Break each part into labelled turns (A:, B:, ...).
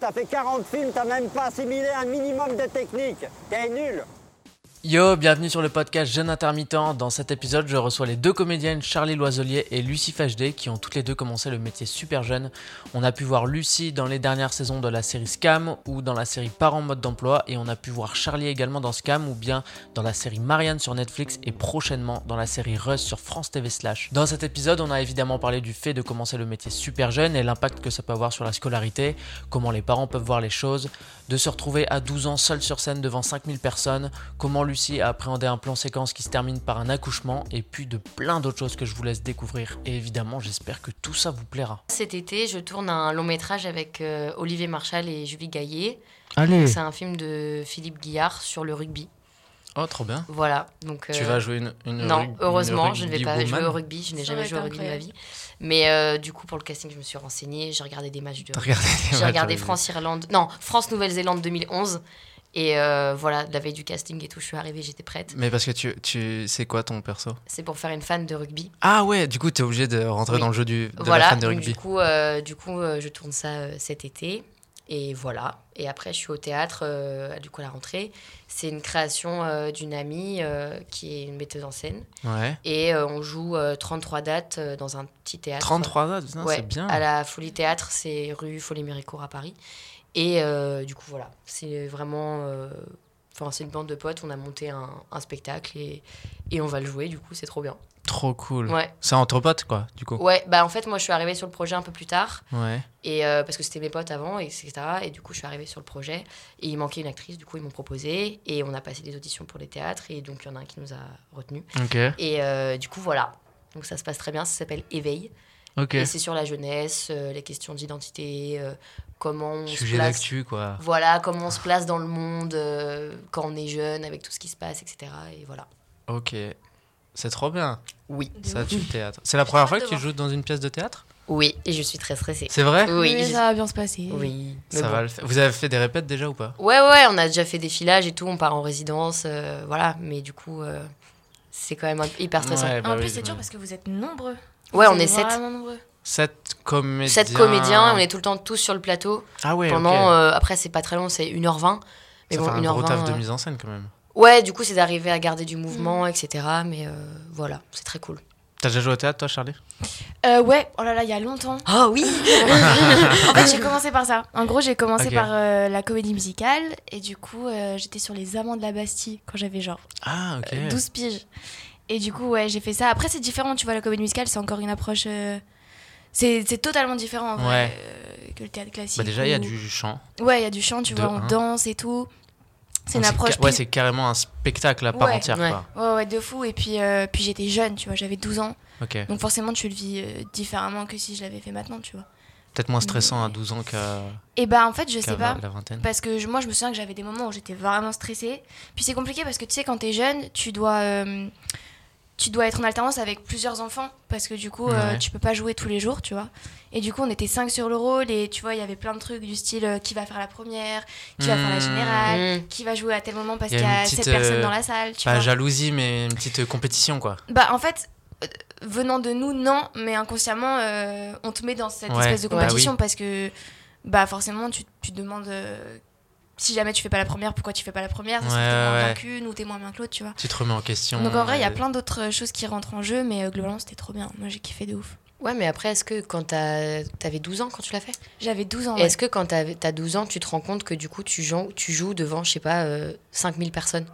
A: T'as fait 40 films, t'as même pas assimilé un minimum de technique. T'es nul.
B: Yo, bienvenue sur le podcast Jeune Intermittent. Dans cet épisode, je reçois les deux comédiennes Charlie Loiselier et Lucie Fagedé qui ont toutes les deux commencé le métier super jeune. On a pu voir Lucie dans les dernières saisons de la série Scam ou dans la série Parents mode d'emploi et on a pu voir Charlie également dans Scam ou bien dans la série Marianne sur Netflix et prochainement dans la série Russ sur France TV Slash. Dans cet épisode, on a évidemment parlé du fait de commencer le métier super jeune et l'impact que ça peut avoir sur la scolarité, comment les parents peuvent voir les choses, de se retrouver à 12 ans seul sur scène devant 5000 personnes, comment Lucie a appréhendé un plan séquence qui se termine par un accouchement, et puis de plein d'autres choses que je vous laisse découvrir. Et évidemment, j'espère que tout ça vous plaira.
C: Cet été, je tourne un long métrage avec euh, Olivier Marchal et Julie Gaillet.
B: Allez
C: C'est un film de Philippe Guillard sur le rugby.
B: Oh, trop bien
C: Voilà. Donc, euh,
B: Tu vas jouer une, une
C: Non,
B: rug- une
C: heureusement, je ne vais
B: rugby
C: pas jouer
B: woman
C: au rugby. Je n'ai
D: Ça
C: jamais
D: aurait
C: joué au
D: été
C: rugby de ma vie.
D: incroyable.
C: Mais euh, du coup, pour le casting, je me suis renseignée. J'ai regardé des matchs de
B: T'as regardé les matchs euh,
C: J'ai
B: de
C: regardé
B: rugby.
C: France-Irlande. Non, France-Nouvelle-Zélande 2011. Et euh, voilà, la veille du casting et tout, je suis arrivée, j'étais prête.
B: Mais parce que tu, tu c'est quoi ton perso
C: C'est pour faire une fan de rugby.
B: Ah ouais, du coup t'es obligé de rentrer
C: Oui.
B: dans le jeu du, de la
C: voilà,
B: fan de
C: donc
B: rugby.
C: du coup, euh, du coup euh, je tourne ça euh, cet été. Et voilà. Et après, je suis au théâtre, euh, du coup, à la rentrée. C'est une création euh, d'une amie euh, qui est une metteuse en scène.
B: Ouais.
C: Et euh, on joue euh, 33 dates euh, dans un petit théâtre.
B: 33 ans, putain,
C: Ouais,
B: c'est bien.
C: À la Folie Théâtre, c'est rue Folie Méricourt à Paris. Et euh, du coup, voilà. C'est vraiment. euh, Enfin, c'est une bande de potes. On a monté un, un spectacle et, et on va le jouer. Du coup, c'est trop bien.
B: Trop cool.
C: Ouais.
B: C'est entre potes quoi, du coup.
C: Ouais, bah en fait, moi, je suis arrivée sur le projet un peu plus tard.
B: Ouais.
C: Et euh, parce que c'était mes potes avant, etc. Et du coup, je suis arrivée sur le projet. Et il manquait une actrice, du coup, ils m'ont proposé. Et on a passé des auditions pour les théâtres. Et donc, il y en a un qui nous a retenus.
B: Ok.
C: Et euh, du coup, voilà. Donc, ça se passe très bien. Ça s'appelle Éveil.
B: Ok.
C: Et c'est sur la jeunesse, euh, les questions d'identité, euh, comment on se
B: Sujet
C: place.
B: d'actu quoi.
C: Voilà, comment on se place dans le monde euh, quand on est jeune, avec tout ce qui se passe, etc. Et voilà.
B: Ok. C'est trop bien.
C: Oui.
D: De
B: Ça
D: ouf.
B: tu le théâtre. C'est la première
D: hâte
B: fois
D: de
B: que tu
D: voir.
B: joues dans une pièce de théâtre
C: Oui, et je suis très stressée.
B: C'est vrai
C: Oui.
D: Mais
C: je-
D: ça va bien se passer.
C: Oui. Mais
B: Ça
C: bon.
B: va le faire. Vous avez fait des répètes déjà ou pas
C: Ouais, ouais, on a déjà fait des filages et tout, on part en résidence, euh, voilà, mais du coup, euh, c'est quand même un- hyper stressant. Ouais,
B: Ouais, bah
D: en
B: oui,
D: plus, c'est dur
B: j'imagine.
D: parce que vous êtes nombreux.
C: on est sept,
D: Vraiment nombreux.
B: Sept comédiens.
C: sept comédiens, et on est tout le temps tous sur le plateau.
B: Ah ouais,
C: pendant,
B: ok.
C: euh, après, c'est pas très long, c'est 1h20. Mais
B: Ça
C: bon,
B: fait un
C: 1h20.
B: gros taf de
C: euh,
B: mise en scène quand même.
C: Ouais, du coup, c'est d'arriver à garder du
D: Mm.
C: mouvement, etc. Mais euh, voilà, c'est très cool.
B: T'as déjà joué au théâtre toi Charlie
D: Euh, ouais, oh là là, il y a longtemps.
C: Oh oui
D: En fait, j'ai commencé par ça. En gros, j'ai commencé
B: Ok.
D: par euh, la comédie musicale et du coup, euh, j'étais sur les Amants de la Bastille quand j'avais genre
B: Ah ok.
D: euh, 12 piges. Et du coup, ouais, j'ai fait ça. Après, c'est différent, tu vois, la comédie musicale, c'est encore une approche. euh, C'est c'est totalement différent en vrai,
B: Ouais.
D: euh, que le théâtre classique.
B: Bah déjà il y a
D: où-
B: du chant.
D: Ouais, il y a du chant, tu
B: De
D: vois, on
B: un.
D: danse et tout. C'est une
B: Donc,
D: approche.
B: ca- Ouais,
D: plus-
B: c'est carrément un spectacle à part
D: Ouais.
B: entière
C: Ouais.
B: quoi.
D: ouais, ouais, de fou. Et puis, euh, puis j'étais jeune, tu vois, j'avais 12 ans.
B: Ok.
D: Donc forcément, tu le vis euh, différemment que si je l'avais fait maintenant, tu vois.
B: Peut-être moins stressant à 12 ans qu'à
D: Et bah en fait, je
B: qu'à
D: sais
B: la
D: pas.
B: la vingtaine.
D: Parce que je- moi, je me souviens que j'avais des moments où j'étais vraiment stressée. Puis c'est compliqué parce que tu sais, quand t'es jeune, tu dois, euh, tu dois être en alternance avec plusieurs enfants. Parce que du coup, euh,
B: Ouais.
D: tu peux pas jouer tous les jours, tu vois. Et du coup, on était 5 sur le rôle. Et tu vois, il y avait plein de trucs du style euh, qui va faire la première, qui va faire la
B: Mmh.
D: générale,
C: Mm.
D: qui va jouer à tel moment parce
B: Il y a
D: qu'il y
B: une
D: a
B: petite,
D: cette personne
B: euh,
D: dans la salle. Tu
B: Pas
D: vois.
B: jalousie, mais une petite euh, compétition quoi.
D: Bah en fait, euh, venant de nous, non, mais inconsciemment, euh, on te met dans cette
B: Ouais,
D: espèce de
B: ouais,
D: compétition
B: oui.
D: parce que bah forcément, tu, tu te demandes euh, si jamais tu fais pas la première, pourquoi tu fais pas la première, est-ce
B: Ouais,
D: que t'es moins
B: ouais, ouais.
D: bien qu'une ou t'es moins bien que l'autre, tu vois.
B: Tu te remets en question.
D: Donc en vrai, il y a
B: euh,
D: plein d'autres choses qui rentrent en jeu, mais euh, globalement, c'était trop bien. Moi, j'ai kiffé de ouf.
C: Ouais, mais après, est-ce que quand t'as- t'avais 12 ans quand tu l'as fait
D: J'avais 12 ans.
C: Et
D: ouais.
C: Est-ce que quand t'avais- t'as 12 ans, tu te rends compte que du coup, tu joues, tu joues devant, je sais pas, euh, 5000 personnes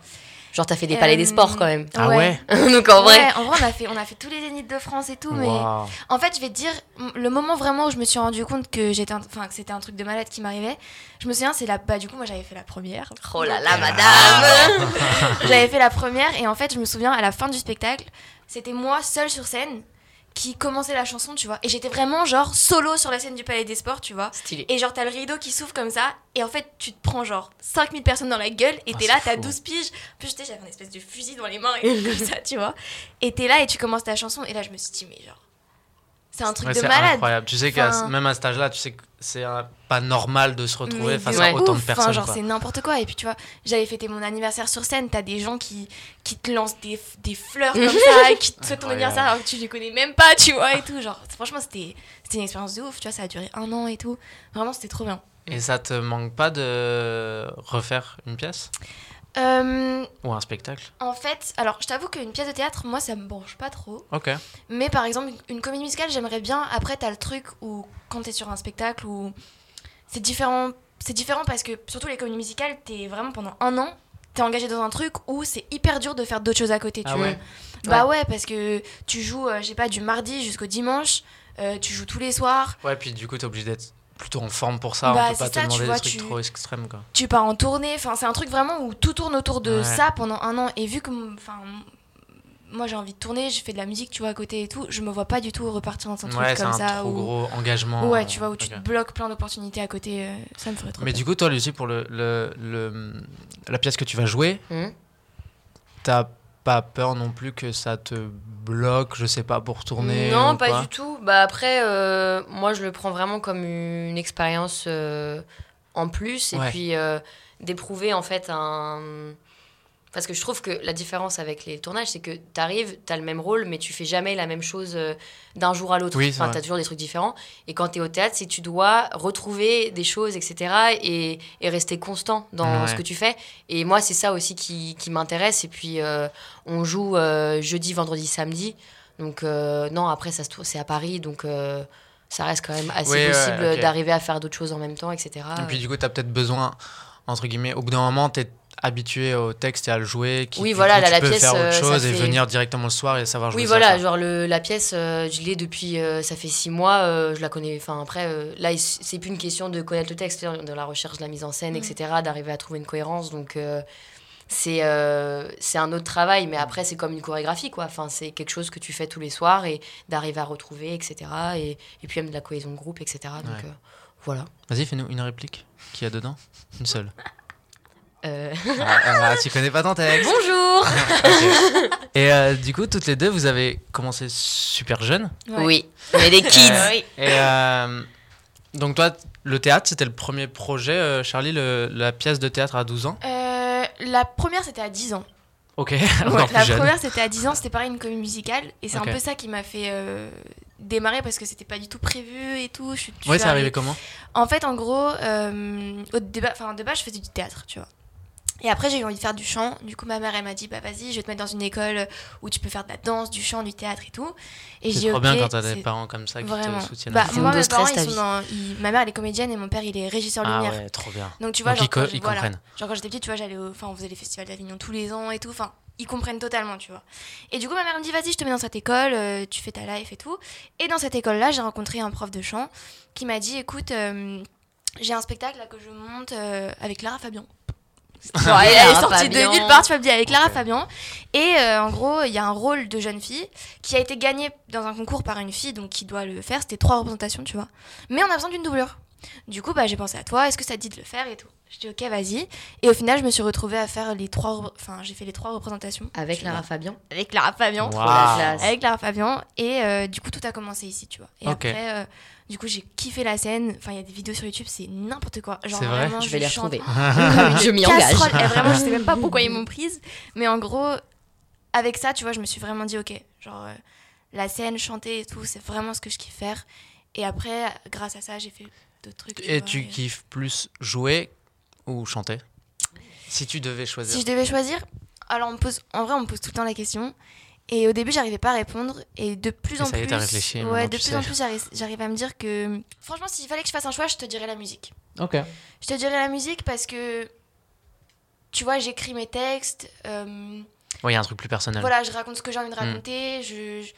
C: Genre, t'as fait des palais des
D: Euh,
C: sports quand même.
B: Ah ouais
C: Donc, en vrai,
D: Ouais, en vrai, on a fait, on a fait tous les zéniths de France et tout, mais
B: Waouh.
D: En fait, je vais te dire, m- le moment vraiment où je me suis rendu compte que j'étais, un- enfin que c'était un truc de malade qui m'arrivait, je me souviens, c'est là, bah du coup, moi j'avais fait la première.
C: Oh là là, madame
D: J'avais fait la première et en fait, je me souviens, à la fin du spectacle, c'était moi seule sur scène qui commençait la chanson, tu vois, et j'étais vraiment genre solo sur la scène du Palais des Sports, tu vois.
C: Stylé.
D: Et genre, t'as le rideau qui s'ouvre comme ça, et en fait, tu te prends genre 5000 personnes dans la gueule, et
B: Ah,
D: t'es
B: c'est
D: là, t'as
B: fou.
D: 12 piges. En plus, j'étais- j'avais un espèce de fusil dans les mains, et comme ça, tu vois. Et t'es là, et tu commences ta chanson, et là, je me suis dit, mais genre, c'est un truc
B: Ouais,
D: de
B: c'est
D: malade.
B: incroyable. Tu sais qu'à
D: Enfin-
B: même à cet âge-là, tu sais que c'est euh, pas normal de se retrouver
D: Mais
B: face
D: de
B: à autant
D: ouf,
B: de
D: enfin,
B: personnes.
D: genre,
B: quoi.
D: c'est n'importe quoi. Et puis, tu vois, j'avais fêté mon anniversaire sur scène. T'as des gens qui, qui te lancent des, des fleurs comme ça, qui te souhaitent ton
B: Incroyable.
D: anniversaire alors que tu les connais même pas, tu vois, et tout. Genre, franchement, c'était c'était une expérience de ouf, tu vois. Ça a duré un an et tout. Vraiment, c'était trop bien.
B: Et ça te manque pas de refaire une pièce
D: Euh,
B: ou un spectacle
D: en fait, alors je t'avoue qu'une pièce de théâtre, moi, ça me branche pas trop.
B: Ok.
D: Mais par exemple, une- une comédie musicale, j'aimerais bien. Après, t'as le truc où quand t'es sur un spectacle, où c'est différent. C'est différent parce que surtout les comédies musicales, t'es vraiment pendant un an, t'es engagé dans un truc où c'est hyper dur de faire d'autres choses à côté. Tu
B: Ah
D: vois.
B: ouais.
D: Bah ouais, parce que tu joues, euh, je sais pas, du mardi jusqu'au dimanche. euh, tu joues tous les soirs,
B: Ouais, puis du coup, t'es obligé d'être plutôt en forme pour ça.
D: Bah,
B: on peut pas
D: c'est
B: te
D: ça, tu
B: demander
D: vois,
B: des trucs
D: tu-
B: trop extrêmes, quoi.
D: tu pars en tournée. Enfin, c'est un truc vraiment où tout tourne autour de
B: Ouais.
D: ça pendant un an. Et vu que, m- enfin, m- moi j'ai envie de tourner, j'ai fait de la musique, tu vois, à côté et tout. Je me vois pas du tout repartir dans un
B: ouais,
D: truc
B: c'est
D: comme
B: un
D: ça.
B: trop
D: où-
B: gros engagement.
D: Ouais, tu vois, où tu
B: Ah, Ok.
D: te bloques plein d'opportunités à côté, euh, ça me ferait trop
B: Mais du coup, toi, Lucie, pour le, le- le- la pièce que tu vas jouer,
C: Hum.
B: t'as pas peur non plus que ça te bloque, je sais pas, pour tourner
C: Non,
B: ou
C: pas
B: quoi
C: du tout. Bah après, euh, moi je le prends vraiment comme une expérience euh, en plus et
B: Ouais.
C: puis euh, d'éprouver en fait un. Parce que je trouve que la différence avec les tournages, c'est que t'arrives, t'as le même rôle, mais tu fais jamais la même chose euh, d'un jour à l'autre.
B: Oui, c'est
C: enfin,
B: vrai.
C: t'as toujours des trucs différents. Et quand t'es au théâtre, c'est tu dois retrouver des choses, etc. et, et rester constant dans
B: Ouais.
C: ce que tu fais. Et moi, c'est ça aussi qui, qui m'intéresse. Et puis, euh, on joue euh, jeudi, vendredi, samedi. Donc, euh, non, après, ça se tou- c'est à Paris. Donc, euh, ça reste quand même assez
B: Oui, ouais,
C: possible
B: ok.
C: d'arriver à faire d'autres choses en même temps, etc.
B: Et puis du coup, t'as peut-être besoin, entre guillemets, au bout d'un moment, t'es habitué au texte et à le jouer. Qui,
C: Oui,
B: du
C: voilà,
B: coup,
C: là,
B: tu
C: la
B: peux
C: pièce,
B: faire
C: euh,
B: autre
C: ça
B: chose et
C: fait-
B: venir directement le soir et savoir jouer
C: Oui,
B: ça,
C: voilà,
B: quoi.
C: genre le, la pièce, euh, je l'ai depuis, euh, ça fait six mois, euh, je la connais. Enfin, après, euh, là, il- c'est plus une question de connaître le texte, c'est dans la recherche de la mise en scène,
D: Mm.
C: etc., d'arriver à trouver une cohérence. Donc, euh, c'est euh, c'est un autre travail,
B: Mm.
C: mais après, c'est comme une chorégraphie, quoi. Enfin, c'est quelque chose que tu fais tous les soirs et d'arriver à retrouver, etc., et, et puis même de la cohésion de groupe, etc. Donc,
B: Ouais.
C: euh, voilà.
B: Vas-y, fais-nous une réplique qu'il y a dedans. Une seule.
C: Euh,
B: Ah, ah, tu connais pas ton texte.
C: Bonjour
B: Et euh, du coup, toutes les deux, vous avez commencé super jeune.
D: Ouais.
C: Oui, on est des kids
B: Euh, Et euh, donc toi, le théâtre, c'était le premier projet, euh, Charlie, le- la pièce de théâtre à 12 ans.
D: Euh, la première, c'était à 10 ans.
B: Ok,
D: Ouais,
B: encore plus
D: la
B: jeune.
D: première, c'était à 10 ans, c'était pareil, une comédie musicale. Et c'est
B: Ok.
D: un peu ça qui m'a fait euh, démarrer parce que c'était pas du tout prévu et tout. Je, suis- je
B: Ouais,
D: suis
B: c'est
D: arrivée-
B: arrivé comment
D: En fait, en gros, euh, au débat, enfin, de base, je faisais du théâtre, tu vois. Et après, j'ai eu envie de faire du chant. Du coup, ma mère, elle m'a dit, bah vas-y, je vais te mettre dans une école où tu peux faire de la danse, du chant, du théâtre et tout. Et
B: C'est
D: j'ai dit,
B: trop bien
D: ok,
B: quand t'as des
D: c'est
B: parents comme ça qui
D: Vraiment.
B: te soutiennent.
D: Bah,
C: Ils ont
D: moi,
C: deux
D: mes
C: stress,
D: parents,
C: ta
D: ils
C: vie.
D: sont dans- ils- ma mère, elle est comédienne et mon père, il est régisseur
B: ah
D: lumière.
B: ouais, trop bien.
D: Donc tu vois,
B: Donc, ils
D: genre, quand
B: co-
D: j'ai-
B: ils
D: voilà.
B: comprennent.
D: Genre quand j'étais petite, tu vois, j'allais au- enfin, on faisait les festivals d'Avignon tous les ans et tout. Enfin, ils comprennent totalement, tu vois. Et du coup, ma mère me dit, vas-y, je te mets dans cette école, euh, tu fais ta life et tout. Et dans cette école-là, j'ai rencontré un prof de chant qui m'a dit, écoute, euh, j'ai un spectacle là, que je monte euh, avec Lara Fabian. Genre, elle, elle est
C: Lara
D: sortie
C: Fabian.
D: de nulle part, tu vois, bien, avec Lara
B: Ok.
D: Fabian. Et euh, en gros, il y a un rôle de jeune fille qui a été gagné dans un concours par une fille, donc qui doit le faire. C'était trois représentations, tu vois. Mais on a besoin d'une doublure. Du coup, bah, j'ai pensé à toi, est-ce que ça te dit de le faire et tout Je dis ok, vas-y. Et au final, je me suis retrouvée à faire les trois. repr- Enfin, j'ai fait les trois représentations.
C: Avec
D: Tu
C: Lara
D: vois.
C: Fabian.
D: Avec Lara Fabian.
B: Wow.
C: Trop la classe.
D: Avec Lara Fabian. Et euh, du coup, tout a commencé ici, tu vois. Et
B: Ok.
D: après, euh, du coup, j'ai kiffé la scène. Enfin, il y a des vidéos sur YouTube, c'est n'importe quoi. Genre,
B: C'est vrai
D: vraiment,
C: Je vais les
D: chante
C: retrouver.
D: comme une
C: Je m'y engage.
D: casserole. Et vraiment, je sais même pas pourquoi ils m'ont prise. Mais en gros, avec ça, tu vois, je me suis vraiment dit, ok, genre, euh, la scène, chanter et tout, c'est vraiment ce que je kiffe faire. Et après, grâce à ça, j'ai fait d'autres trucs.
B: Et
D: vois,
B: tu kiffes plus jouer ou chanter Si tu devais choisir.
D: Si je devais choisir, alors on me pose, en vrai, on me pose tout le temps la question. Et au début, j'arrivais pas à répondre. Et de plus
B: Et
D: en
B: ça y est,
D: plus.
B: t'as réfléchi, maintenant,
D: Ouais, de
B: tu
D: plus
B: sais.
D: en plus, j'arrive, j'arrive à me dire que. Franchement, s'il fallait que je fasse un choix, je te dirais la musique.
B: Ok.
D: Je te dirais la musique parce que. Tu vois, j'écris mes textes. euh,
B: Oui, il y a un truc plus personnel.
D: voilà, je raconte ce que j'ai envie de
B: Mm.
D: raconter, je, je,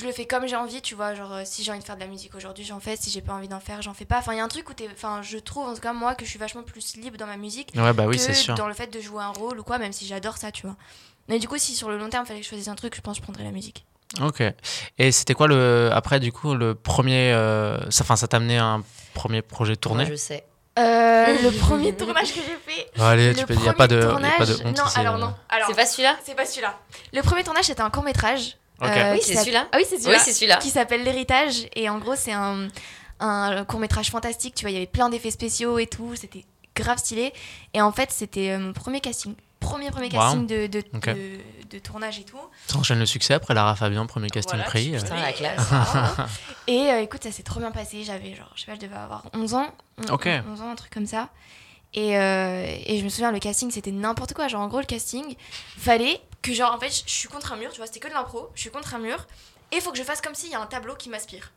D: je le fais comme j'ai envie, tu vois, genre euh, si j'ai envie de faire de la musique aujourd'hui, j'en fais, si j'ai pas envie d'en faire, j'en fais pas. Enfin, il y a un truc où t'es, enfin, je trouve en tout cas moi que je suis vachement plus libre dans ma musique
B: Ouais, bah oui,
D: que
B: c'est sûr.
D: dans le fait de jouer un rôle ou quoi, même si j'adore ça, tu vois. Mais du coup, si sur le long terme, fallait que je choisisse un truc, je pense que je prendrais la musique.
B: Ok. Et c'était quoi le après du coup le premier euh, ça enfin ça t'a amené à un premier projet tourné
C: Moi, je sais.
D: Euh, le premier tournage que j'ai fait.
B: Allez,
D: le
B: tu peux
D: premier
B: dire y a pas de y a
D: tournage.
B: pas de honte
D: non,
B: ici,
D: alors
B: euh.
D: non. Alors,
C: C'est pas celui-là
D: c'est pas celui-là. Le premier tournage, c'était un court métrage.
B: euh, Ok.
C: Oui,
D: qui
C: c'est
D: s'appelle-
C: celui-là.
D: Ah oui, c'est
C: Oui,
D: celui-là.
C: c'est celui-là.
D: qui s'appelle L'Héritage. Et en gros, c'est un, un court métrage fantastique. Tu vois, il y avait plein d'effets spéciaux et tout. C'était grave stylé. Et en fait, c'était euh, mon premier casting. premier, premier
B: Wow.
D: casting de, de,
B: Ok.
D: de- de tournage et tout.
B: T'enchaînes le succès après Lara Fabian, premier casting
D: Voilà,
B: pris.
D: tu-
B: euh,
D: tu
C: Putain,
D: sais,
C: la
D: euh,
C: classe.
D: voilà. et euh, écoute, ça s'est trop bien passé. J'avais genre, je sais pas, je devais avoir 11 ans. on-
B: Ok.
D: 11 ans, un truc comme ça. Et, euh, et je me souviens, le casting, c'était n'importe quoi. Genre, en gros, le casting, fallait que, genre, en fait, je suis contre un mur, tu vois, c'était que de l'impro, je suis contre un mur. Et faut que je fasse comme s'il y a un tableau qui m'aspire.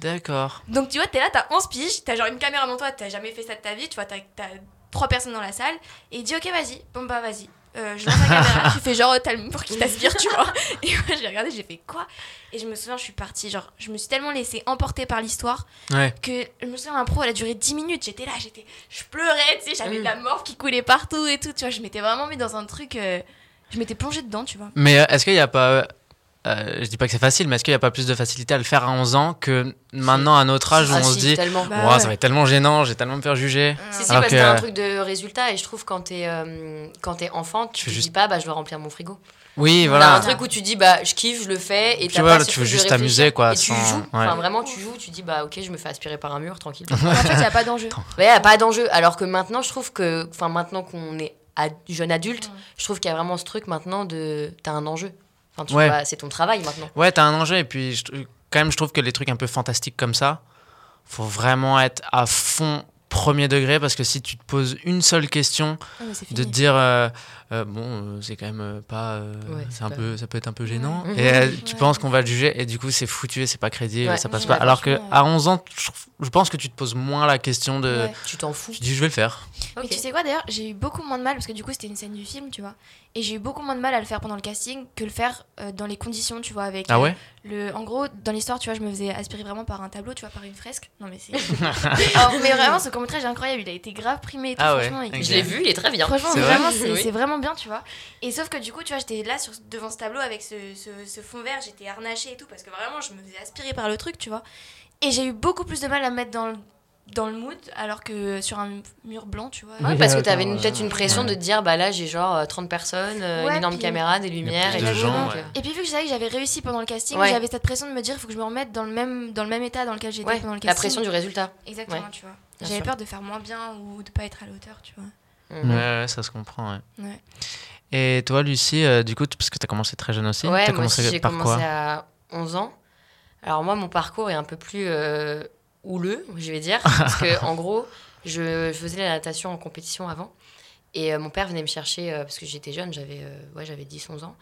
B: D'accord.
D: Donc, tu vois, t'es là, t'as 11 piges, t'as genre une caméra devant toi, t'as jamais fait ça de ta vie, tu vois, t'as t'as trois personnes dans la salle. Et il dit, ok, vas-y, bon bah, vas-y. Euh, je lance la caméra, tu fais genre, t'as le mur qui t'aspire, tu vois. Et moi, j'ai regardé, j'ai fait quoi Et je me souviens, je suis partie, genre, je me suis tellement laissée emporter par l'histoire
B: Ouais.
D: que je me souviens l'impro elle a duré 10 minutes j'étais là j'étais je pleurais tu sais
B: Mm.
D: j'avais de la morve qui coulait partout et tout tu vois je m'étais vraiment mis dans un truc euh, je m'étais plongée dedans tu vois
B: Mais euh, est-ce qu'il n'y a pas. euh, euh, je dis pas que c'est facile, mais est-ce qu'il n'y a pas plus de facilité à le faire à 11 ans que maintenant à notre âge où
C: Ah
B: on
C: si,
B: se dit Ah,
C: tellement.
D: Bah,
B: Ouah,
D: ouais.
B: ça va être tellement gênant, j'ai tellement me faire juger.
C: Si, si,
B: Alors
C: parce
B: que-
C: que t'as un truc de résultat et je trouve quand t'es euh, quand t'es enfant, tu
B: fais
C: te
B: juste-
C: dis pas bah je dois remplir mon frigo.
B: Oui,
C: T'as un
B: voilà.
C: truc où tu dis bah je kiffe, je le fais et
B: Puis
C: t'as
B: voilà,
C: pas ce
B: tu
C: truc
B: veux
C: de
B: juste
C: réfléchir.
B: t'amuser, quoi,
C: Et tu
B: sans-
C: joues,
B: ouais. Mhm.
C: enfin vraiment tu joues, tu dis bah ok je me fais aspirer par un mur tranquille.
D: en fait il n'y a pas d'enjeu
C: Mais y a pas d'enjeu. Alors que maintenant je trouve que enfin maintenant qu'on est ad- jeune adulte,
D: Mhm.
C: je trouve qu'il y a vraiment ce truc maintenant de t'as un enjeu. Enfin tu
B: Ouais.
C: vois, c'est ton travail maintenant.
B: Ouais, t'as un enjeu, et puis je- quand même, je trouve que les trucs un peu fantastiques comme ça, faut vraiment être à fond premier degré, parce que si tu te poses une seule question,
D: Ah, mais c'est
B: de te
D: fini
B: dire euh, euh, bon euh, c'est quand même euh, pas euh,
C: Ouais,
B: c'est
C: c'est
B: un
C: pas-
B: peu ça peut être un peu gênant
C: Ouais.
B: et euh, tu
D: Ouais.
B: penses qu'on va le juger et du coup c'est foutu et c'est pas crédible
C: Ouais.
B: ça passe
D: Ouais,
B: pas alors que
D: franchement,
B: à 11 ans je trouve- je pense que tu te poses moins la question de
D: Ouais.
C: Tu t'en fous.
B: tu dis je vais le faire
D: mais
C: Ok.
D: tu sais quoi d'ailleurs j'ai eu beaucoup moins de mal parce que du coup c'était une scène du film tu vois et j'ai eu beaucoup moins de mal à le faire pendant le casting que le faire euh, dans les conditions tu vois avec
B: ah
D: euh,
B: ouais
D: le en gros dans l'histoire tu vois je me faisais aspirer vraiment par un tableau tu vois par une fresque non mais c'est Alors, mais vraiment ce court métrage est incroyable il a été grave primé et tout,
B: Ah ouais.
D: franchement, il-
B: Ok.
C: Je l'ai vu, il est très bien.
D: Franchement,
B: C'est
D: vraiment,
C: vrai
D: c'est
C: Oui.
D: c'est vraiment bien, tu vois. Et sauf que du coup, tu vois, j'étais là sur, devant ce tableau avec ce, ce- ce fond vert, j'étais harnachée et tout, parce que vraiment, je me faisais aspirer par le truc, tu vois. Et j'ai eu beaucoup plus de mal à me mettre dans le, dans le mood, alors que sur un mur blanc, tu vois.
C: Ouais,
A: Oui,
C: parce que
A: d'accord,
C: t'avais une-
A: ouais.
C: peut-être une pression
B: euh, Ouais.
C: de te dire bah là j'ai genre euh, 30 personnes, euh,
D: Ouais,
C: une énorme
D: puis-
C: caméra, des lumières
B: plus
C: et
B: de
C: tout,
B: gens,
C: donc,
B: ouais.
C: euh,
D: Et puis, vu que je savais que j'avais réussi pendant le casting,
C: Ouais.
D: j'avais cette pression de me dire, il faut que je me remette dans le même, dans le même état dans lequel j'étais
C: ouais,
D: pendant le casting.
C: la pression du résultat.
D: Exactement,
C: ouais.
D: tu vois.
C: Bien
D: J'avais
C: sûr.
D: peur de faire moins bien ou de pas être à la hauteur, tu vois.
B: ouais,
C: Mhm.
B: ouais, ça se comprend ouais.
D: Ouais.
B: et toi Lucie euh, du coup t- parce que t'as commencé très jeune aussi
C: Ouais,
B: t'as
C: moi aussi,
B: commencé
C: j'ai
B: par
C: commencé
B: quoi
C: à 11 ans. Alors moi, mon parcours est un peu plus euh, houleux, je vais dire, parce que en gros, je faisais la natation en compétition avant, et euh, mon père venait me chercher euh, parce que j'étais jeune, j'avais euh, ouais, j'avais 10-11 ans,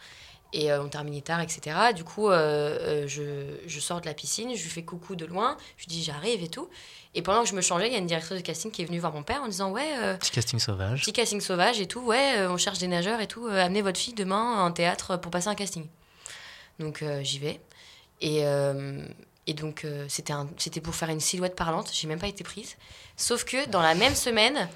C: et euh, on terminait tard, etc. Du coup, euh, euh, je, je sors de la piscine, je lui fais coucou de loin, je lui dis j'arrive et tout, et pendant que je me changeais, il y a une directrice de casting qui est venue voir mon père en disant ouais. euh,
B: petit casting sauvage
C: Petit casting sauvage et tout, ouais, euh, on cherche des nageurs et tout, euh, amenez votre fille demain à un théâtre pour passer un casting. Donc euh, j'y vais. Et, euh, et donc euh, c'était un- c'était pour faire une silhouette parlante, j'ai même pas été prise. Sauf que dans la même semaine,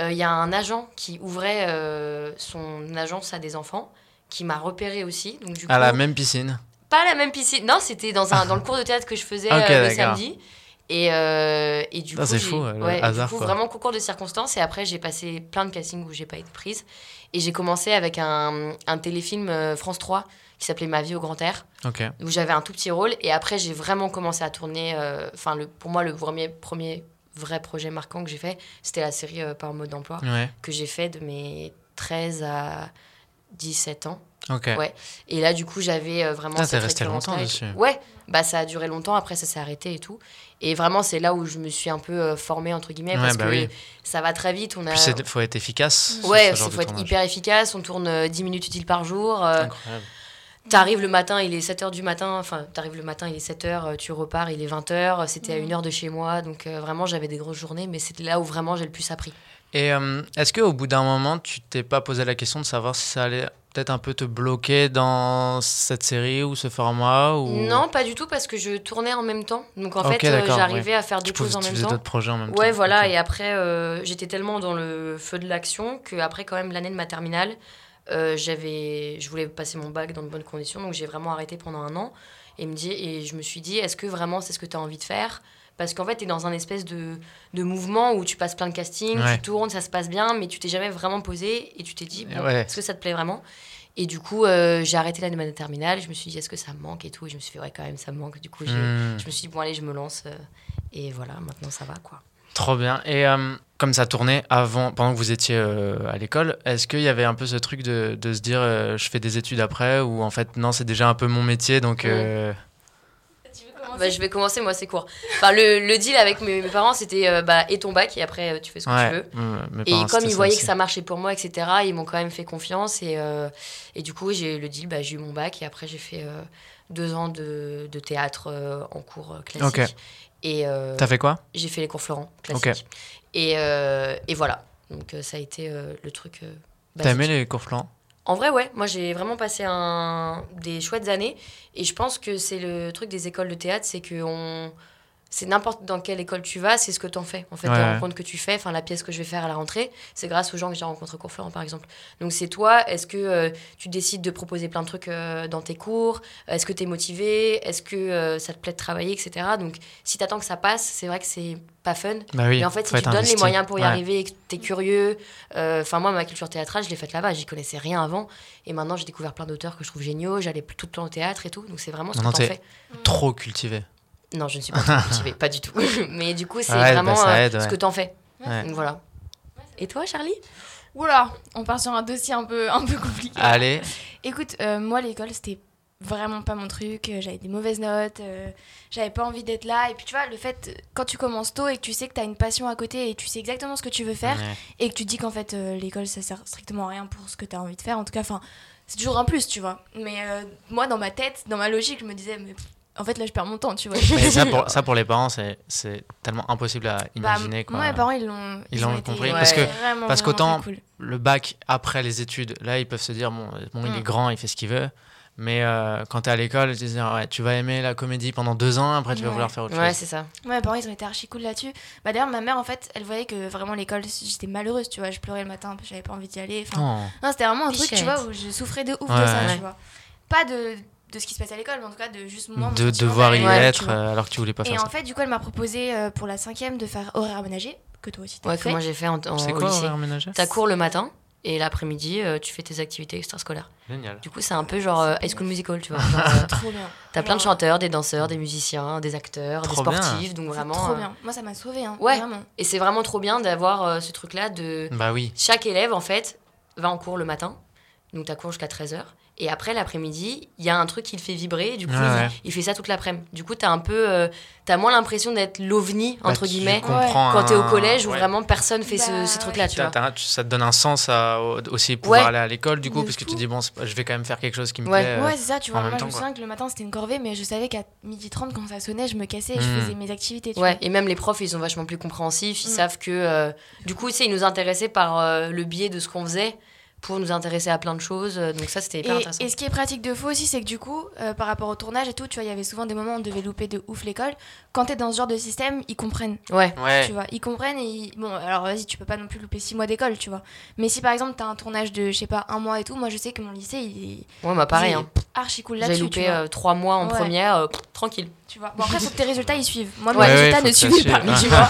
C: euh, il y a un agent qui ouvrait euh, son agence à des enfants, qui m'a repéré aussi. Donc, du
B: à la
C: coup,
B: même piscine
C: pas la même piscine. Non, c'était dans, un, dans le cours de théâtre que je faisais
B: Ah, ok,
C: euh, le
B: d'accord.
C: samedi. Et, euh, et du
B: Ah,
C: coup,
B: c'est
C: j'ai-
B: fou, le
C: ouais, et
B: hasard,
C: Du coup,
B: quoi.
C: vraiment concours de circonstances. Et après, j'ai passé plein de castings où j'ai pas été prise. Et j'ai commencé avec un, un téléfilm euh, France 3 qui s'appelait Ma vie au grand air,
B: ok
C: où j'avais un tout petit rôle. Et après, j'ai vraiment commencé à tourner. euh, Enfin, le pour moi, le premier, premier vrai projet marquant que j'ai fait, c'était la série euh, Par mode d'emploi,
B: ouais
C: que j'ai fait de mes 13 à 17 ans.
B: ok
C: Ouais. Et là, du coup, j'avais euh, vraiment.
B: Putain,
C: cette
B: t'es resté
C: récurrence-là
B: longtemps
C: et tout.
B: dessus.
C: Ouais, bah ça a duré longtemps, après ça s'est arrêté et tout. Et vraiment, c'est là où je me suis un peu euh, formée, entre guillemets,
B: Ouais,
C: parce
B: bah
C: que
B: oui.
C: ça va très vite. On a...
B: puis c'est- faut être efficace sur
C: Ouais,
B: ce genre
C: il
B: de
C: faut être
B: tournage.
C: hyper efficace, on tourne euh, 10 minutes utiles par jour. euh,
B: incroyable
C: T'arrives le matin, il est 7h du matin, enfin, t'arrives le matin, il est 7h, tu repars, il est 20h, c'était à
D: Mhm.
C: 1h de chez moi, donc euh, vraiment j'avais des grosses journées, mais c'était là où vraiment j'ai le plus appris.
B: Et euh, est-ce qu'au bout d'un moment, tu t'es pas posé la question de savoir si ça allait peut-être un peu te bloquer dans cette série ou ce format ou...
C: Non, pas du tout, parce que je tournais en même temps, donc en
B: Oh. Ok,
C: fait, euh,
B: d'accord,
C: j'arrivais à faire deux
B: tu, pouvais-
C: choses en
B: tu
C: même
B: faisais
C: temps.
B: d'autres projets en même temps.
C: Ouais, voilà.
B: ok.
C: Et après, euh, j'étais tellement dans le feu de l'action que après, quand même, l'année de ma terminale, euh, j'avais, je voulais passer mon bac dans de bonnes conditions, donc j'ai vraiment arrêté pendant un an et me dit, et je me suis dit, est-ce que vraiment c'est ce que tu as envie de faire Parce qu'en fait, tu es dans un espèce de, de mouvement où tu passes plein de castings,
B: Ouais.
C: tu tournes, ça se passe bien, mais tu t'es jamais vraiment posé et tu t'es dit, bon,
B: Ouais.
C: est-ce que ça te plaît vraiment et du coup, euh, j'ai arrêté l'année de ma terminale. Je me suis dit, est-ce que ça me manque et tout Et je me suis fait, ouais, quand même, ça me manque. Du coup, j'ai-
B: Hmm.
C: je me suis dit, bon, allez, je me lance. euh, et voilà, maintenant, ça va, quoi.
B: Trop bien. Et euh, comme ça tournait avant, pendant que vous étiez euh, à l'école, est-ce qu'il y avait un peu ce truc de, de se dire euh, je fais des études après ou en fait non, c'est déjà un peu mon métier donc.
C: Ouais.
B: euh,
D: Tu veux commencer
C: Bah, je vais commencer, moi, c'est court. Enfin, le, le deal avec mes, mes parents, c'était euh, bah, et ton bac, et après, euh, tu fais ce que
B: ouais,
C: tu veux.
B: mm, mes
C: Et
B: parents,
C: comme
B: c'était
C: ils voyaient
B: aussi.
C: que ça marchait pour moi, etc., ils m'ont quand même fait confiance. Et, euh, et du coup, j'ai eu le deal, bah, j'ai eu mon bac, et après, j'ai fait euh, deux ans de, de théâtre euh, en cours euh, classique.
B: Ok.
C: Et euh,
B: T'as fait quoi
C: j'ai fait les cours Florent,
B: Ok.
C: classique. Et, euh, et voilà. Donc, euh, ça a été euh, le truc. euh,
B: T'as
C: basique.
B: aimé les cours flancs
C: En vrai, ouais, moi j'ai vraiment passé un... des chouettes années et je pense que c'est le truc des écoles de théâtre, c'est que on... c'est n'importe dans quelle école tu vas, c'est ce que t'en fais. En fait,
B: Ouais,
C: les
B: ouais.
C: rencontres que tu fais, enfin la pièce que je vais faire à la rentrée, c'est grâce aux gens que j'ai rencontrés au cours Florent, par exemple. Donc c'est toi, est-ce que euh, tu décides de proposer plein de trucs euh, dans tes cours Est-ce que t'es motivé Est-ce que euh, ça te plaît de travailler, etc. Donc si t'attends que ça passe, c'est vrai que c'est pas fun.
B: Bah oui.
C: Mais en fait, si
B: faut
C: tu
B: être
C: te donnes les
B: investi.
C: moyens pour y
B: Ouais.
C: arriver, et que t'es curieux, euh, enfin moi, ma culture théâtrale, je l'ai faite là-bas, j'y connaissais rien avant, et maintenant j'ai découvert plein d'auteurs que je trouve géniaux, j'allais pl- tout le temps au théâtre et tout, donc c'est vraiment ce
B: Non,
C: que t'en
B: t'es-
C: fais.
B: Trop cultivé.
C: Non, je ne suis pas très cultivée, pas du tout. Mais du coup, c'est
B: Ouais, bah,
C: vraiment
B: ça
C: euh,
B: aide,
C: ce
B: ouais.
C: que t'en fais.
B: Ouais.
C: Donc voilà. Et toi, Charlie
D: Oula, on part sur un dossier un peu, un peu compliqué.
B: Allez,
D: Écoute, euh, moi, l'école, c'était vraiment pas mon truc. Euh, J'avais des mauvaises notes. euh, J'avais pas envie d'être là. Et puis, tu vois, le fait, euh, quand tu commences tôt et que tu sais que t'as une passion à côté et tu sais exactement ce que tu veux faire
B: Ouais.
D: et que tu te dis qu'en fait, euh, l'école, ça sert strictement à rien pour ce que t'as envie de faire. En tout cas, enfin, c'est toujours un plus, tu vois. Mais euh, moi, dans ma tête, dans ma logique, je me disais, mais pff, en fait, là, je perds mon temps, tu vois.
B: Mais ça, pour, ça pour les parents, c'est- c'est tellement impossible à
D: Bah,
B: imaginer. quoi.
D: Moi, mes parents, ils l'ont
B: Ils l'ont
D: ont été
B: compris,
C: parce que-
D: vraiment,
B: parce
D: vraiment
B: qu'autant-
D: très cool.
B: le bac après les études, là, ils peuvent se dire bon, euh, bon il
D: Mm.
B: est grand, il fait ce qu'il veut. Mais euh, quand t'es à l'école, ils disent ouais, tu vas aimer la comédie pendant deux ans, après tu vas
D: Ouais.
B: vouloir faire autre
C: Ouais,
B: chose.
C: c'est ça.
D: Ouais, mes parents, ils ont été archi cool là-dessus. Bah, d'ailleurs, ma mère, en fait, elle voyait que vraiment l'école, j'étais malheureuse, tu vois. Je pleurais le matin, j'avais pas envie d'y aller. Enfin,
B: Non.
D: non, c'était vraiment un truc, tu
C: Bichette.
D: vois, où je souffrais de ouf
B: Ouais.
D: de ça,
C: Ouais.
D: tu vois. Pas de, de ce qui se passe à l'école, mais en tout cas, de juste moi. mon
B: de
D: sentiment
B: devoir y
D: d'aller à l'école, tu
B: être
D: vois.
B: euh, alors que tu voulais pas
D: Et
B: faire
D: en
B: ça.
D: fait, du coup, elle m'a proposé euh, pour la cinquième de faire horaire aménagé, que toi aussi t'as
C: Ouais, que
D: fait.
C: moi j'ai fait en, en-
B: C'est
C: au
B: quoi euh,
C: lycée.
B: horaire ménagère
C: T'as cours le matin et l'après-midi, euh, tu fais tes activités extrascolaires.
B: Génial.
C: Du coup, c'est un peu genre euh, High School Musical, tu vois. genre, euh,
D: Trop bien.
C: T'as plein de
D: Genre,
C: chanteurs, des danseurs, des musiciens, des acteurs,
B: Trop
C: des
B: bien.
C: sportifs, donc
D: c'est
C: vraiment.
D: Trop
C: euh,
D: bien. Moi, ça m'a sauvé, hein.
C: Ouais.
D: Vraiment.
C: Et c'est vraiment trop bien d'avoir euh, ce truc-là de...
B: Bah oui.
C: Chaque élève, en fait, va en cours le matin, donc t'as cours jusqu'à 13h. Et après, l'après-midi, il y a un truc qui le fait vibrer, et du coup,
B: Ouais,
C: il-
B: ouais.
C: il, fait ça toute l'après-midi. Du coup, t'as un peu... euh, t'as moins l'impression d'être l'ovni,
B: Bah,
C: entre
B: tu
C: guillemets,
B: comprends
C: quand t'es au
B: un-
C: collège, où
B: ouais.
C: vraiment personne fait ce-
D: Bah,
C: ces trucs-là, tu vois.
B: T'as- t'as- tu- ça te donne un sens à, au- aussi pouvoir
C: Ouais.
B: aller à l'école, du coup,
D: De
B: parce que tu
D: fou.
B: dis, bon, c'est pas- je vais quand même faire quelque chose qui me
C: Ouais.
B: plaît. euh,
D: Ouais, c'est ça, tu
B: en
D: vois.
B: même
D: Moi, je
B: temps,
D: me
B: quoi.
D: souviens que le matin, c'était une corvée, mais je savais qu'à 12h30, quand ça sonnait, je me cassais et je
B: Mm.
D: faisais mes activités. tu
C: Hmm. Ouais, et même les profs, ils sont vachement plus compréhensifs. Ils
D: Mm.
C: savent que, euh, du coup, tu sais, ils nous intéressaient par euh, le biais de ce qu'on faisait pour nous intéresser à plein de choses. euh, Donc ça, c'était hyper
D: Et,
C: intéressant.
D: et ce qui est pratique de fou aussi, c'est que du coup, euh, par rapport au tournage et tout, tu vois, il y avait souvent des moments où on devait louper de ouf l'école. Quand t'es dans ce genre de système, ils comprennent,
C: Ouais.
B: Ouais.
D: tu vois. Ils comprennent et ils- Bon, alors vas-y, tu peux pas non plus louper six mois d'école, tu vois. Mais si par exemple, t'as un tournage de, je sais pas, un mois et tout, moi je sais que mon lycée, il est
C: Ouais, bah pareil.
D: il est
C: Hein.
D: archi cool
C: J'ai
D: là-dessus, tu
C: loupé
D: vois.
C: euh, trois mois en
D: Ouais.
C: première, euh, pff, tranquille.
D: Tu vois. Bon, après, faut que tes résultats, ils suivent. Moi,
B: Ouais,
D: mes
B: ouais,
D: résultats
B: faut
D: ne
B: que ça
D: suivaient
B: suive.
D: pas, mais tu vois.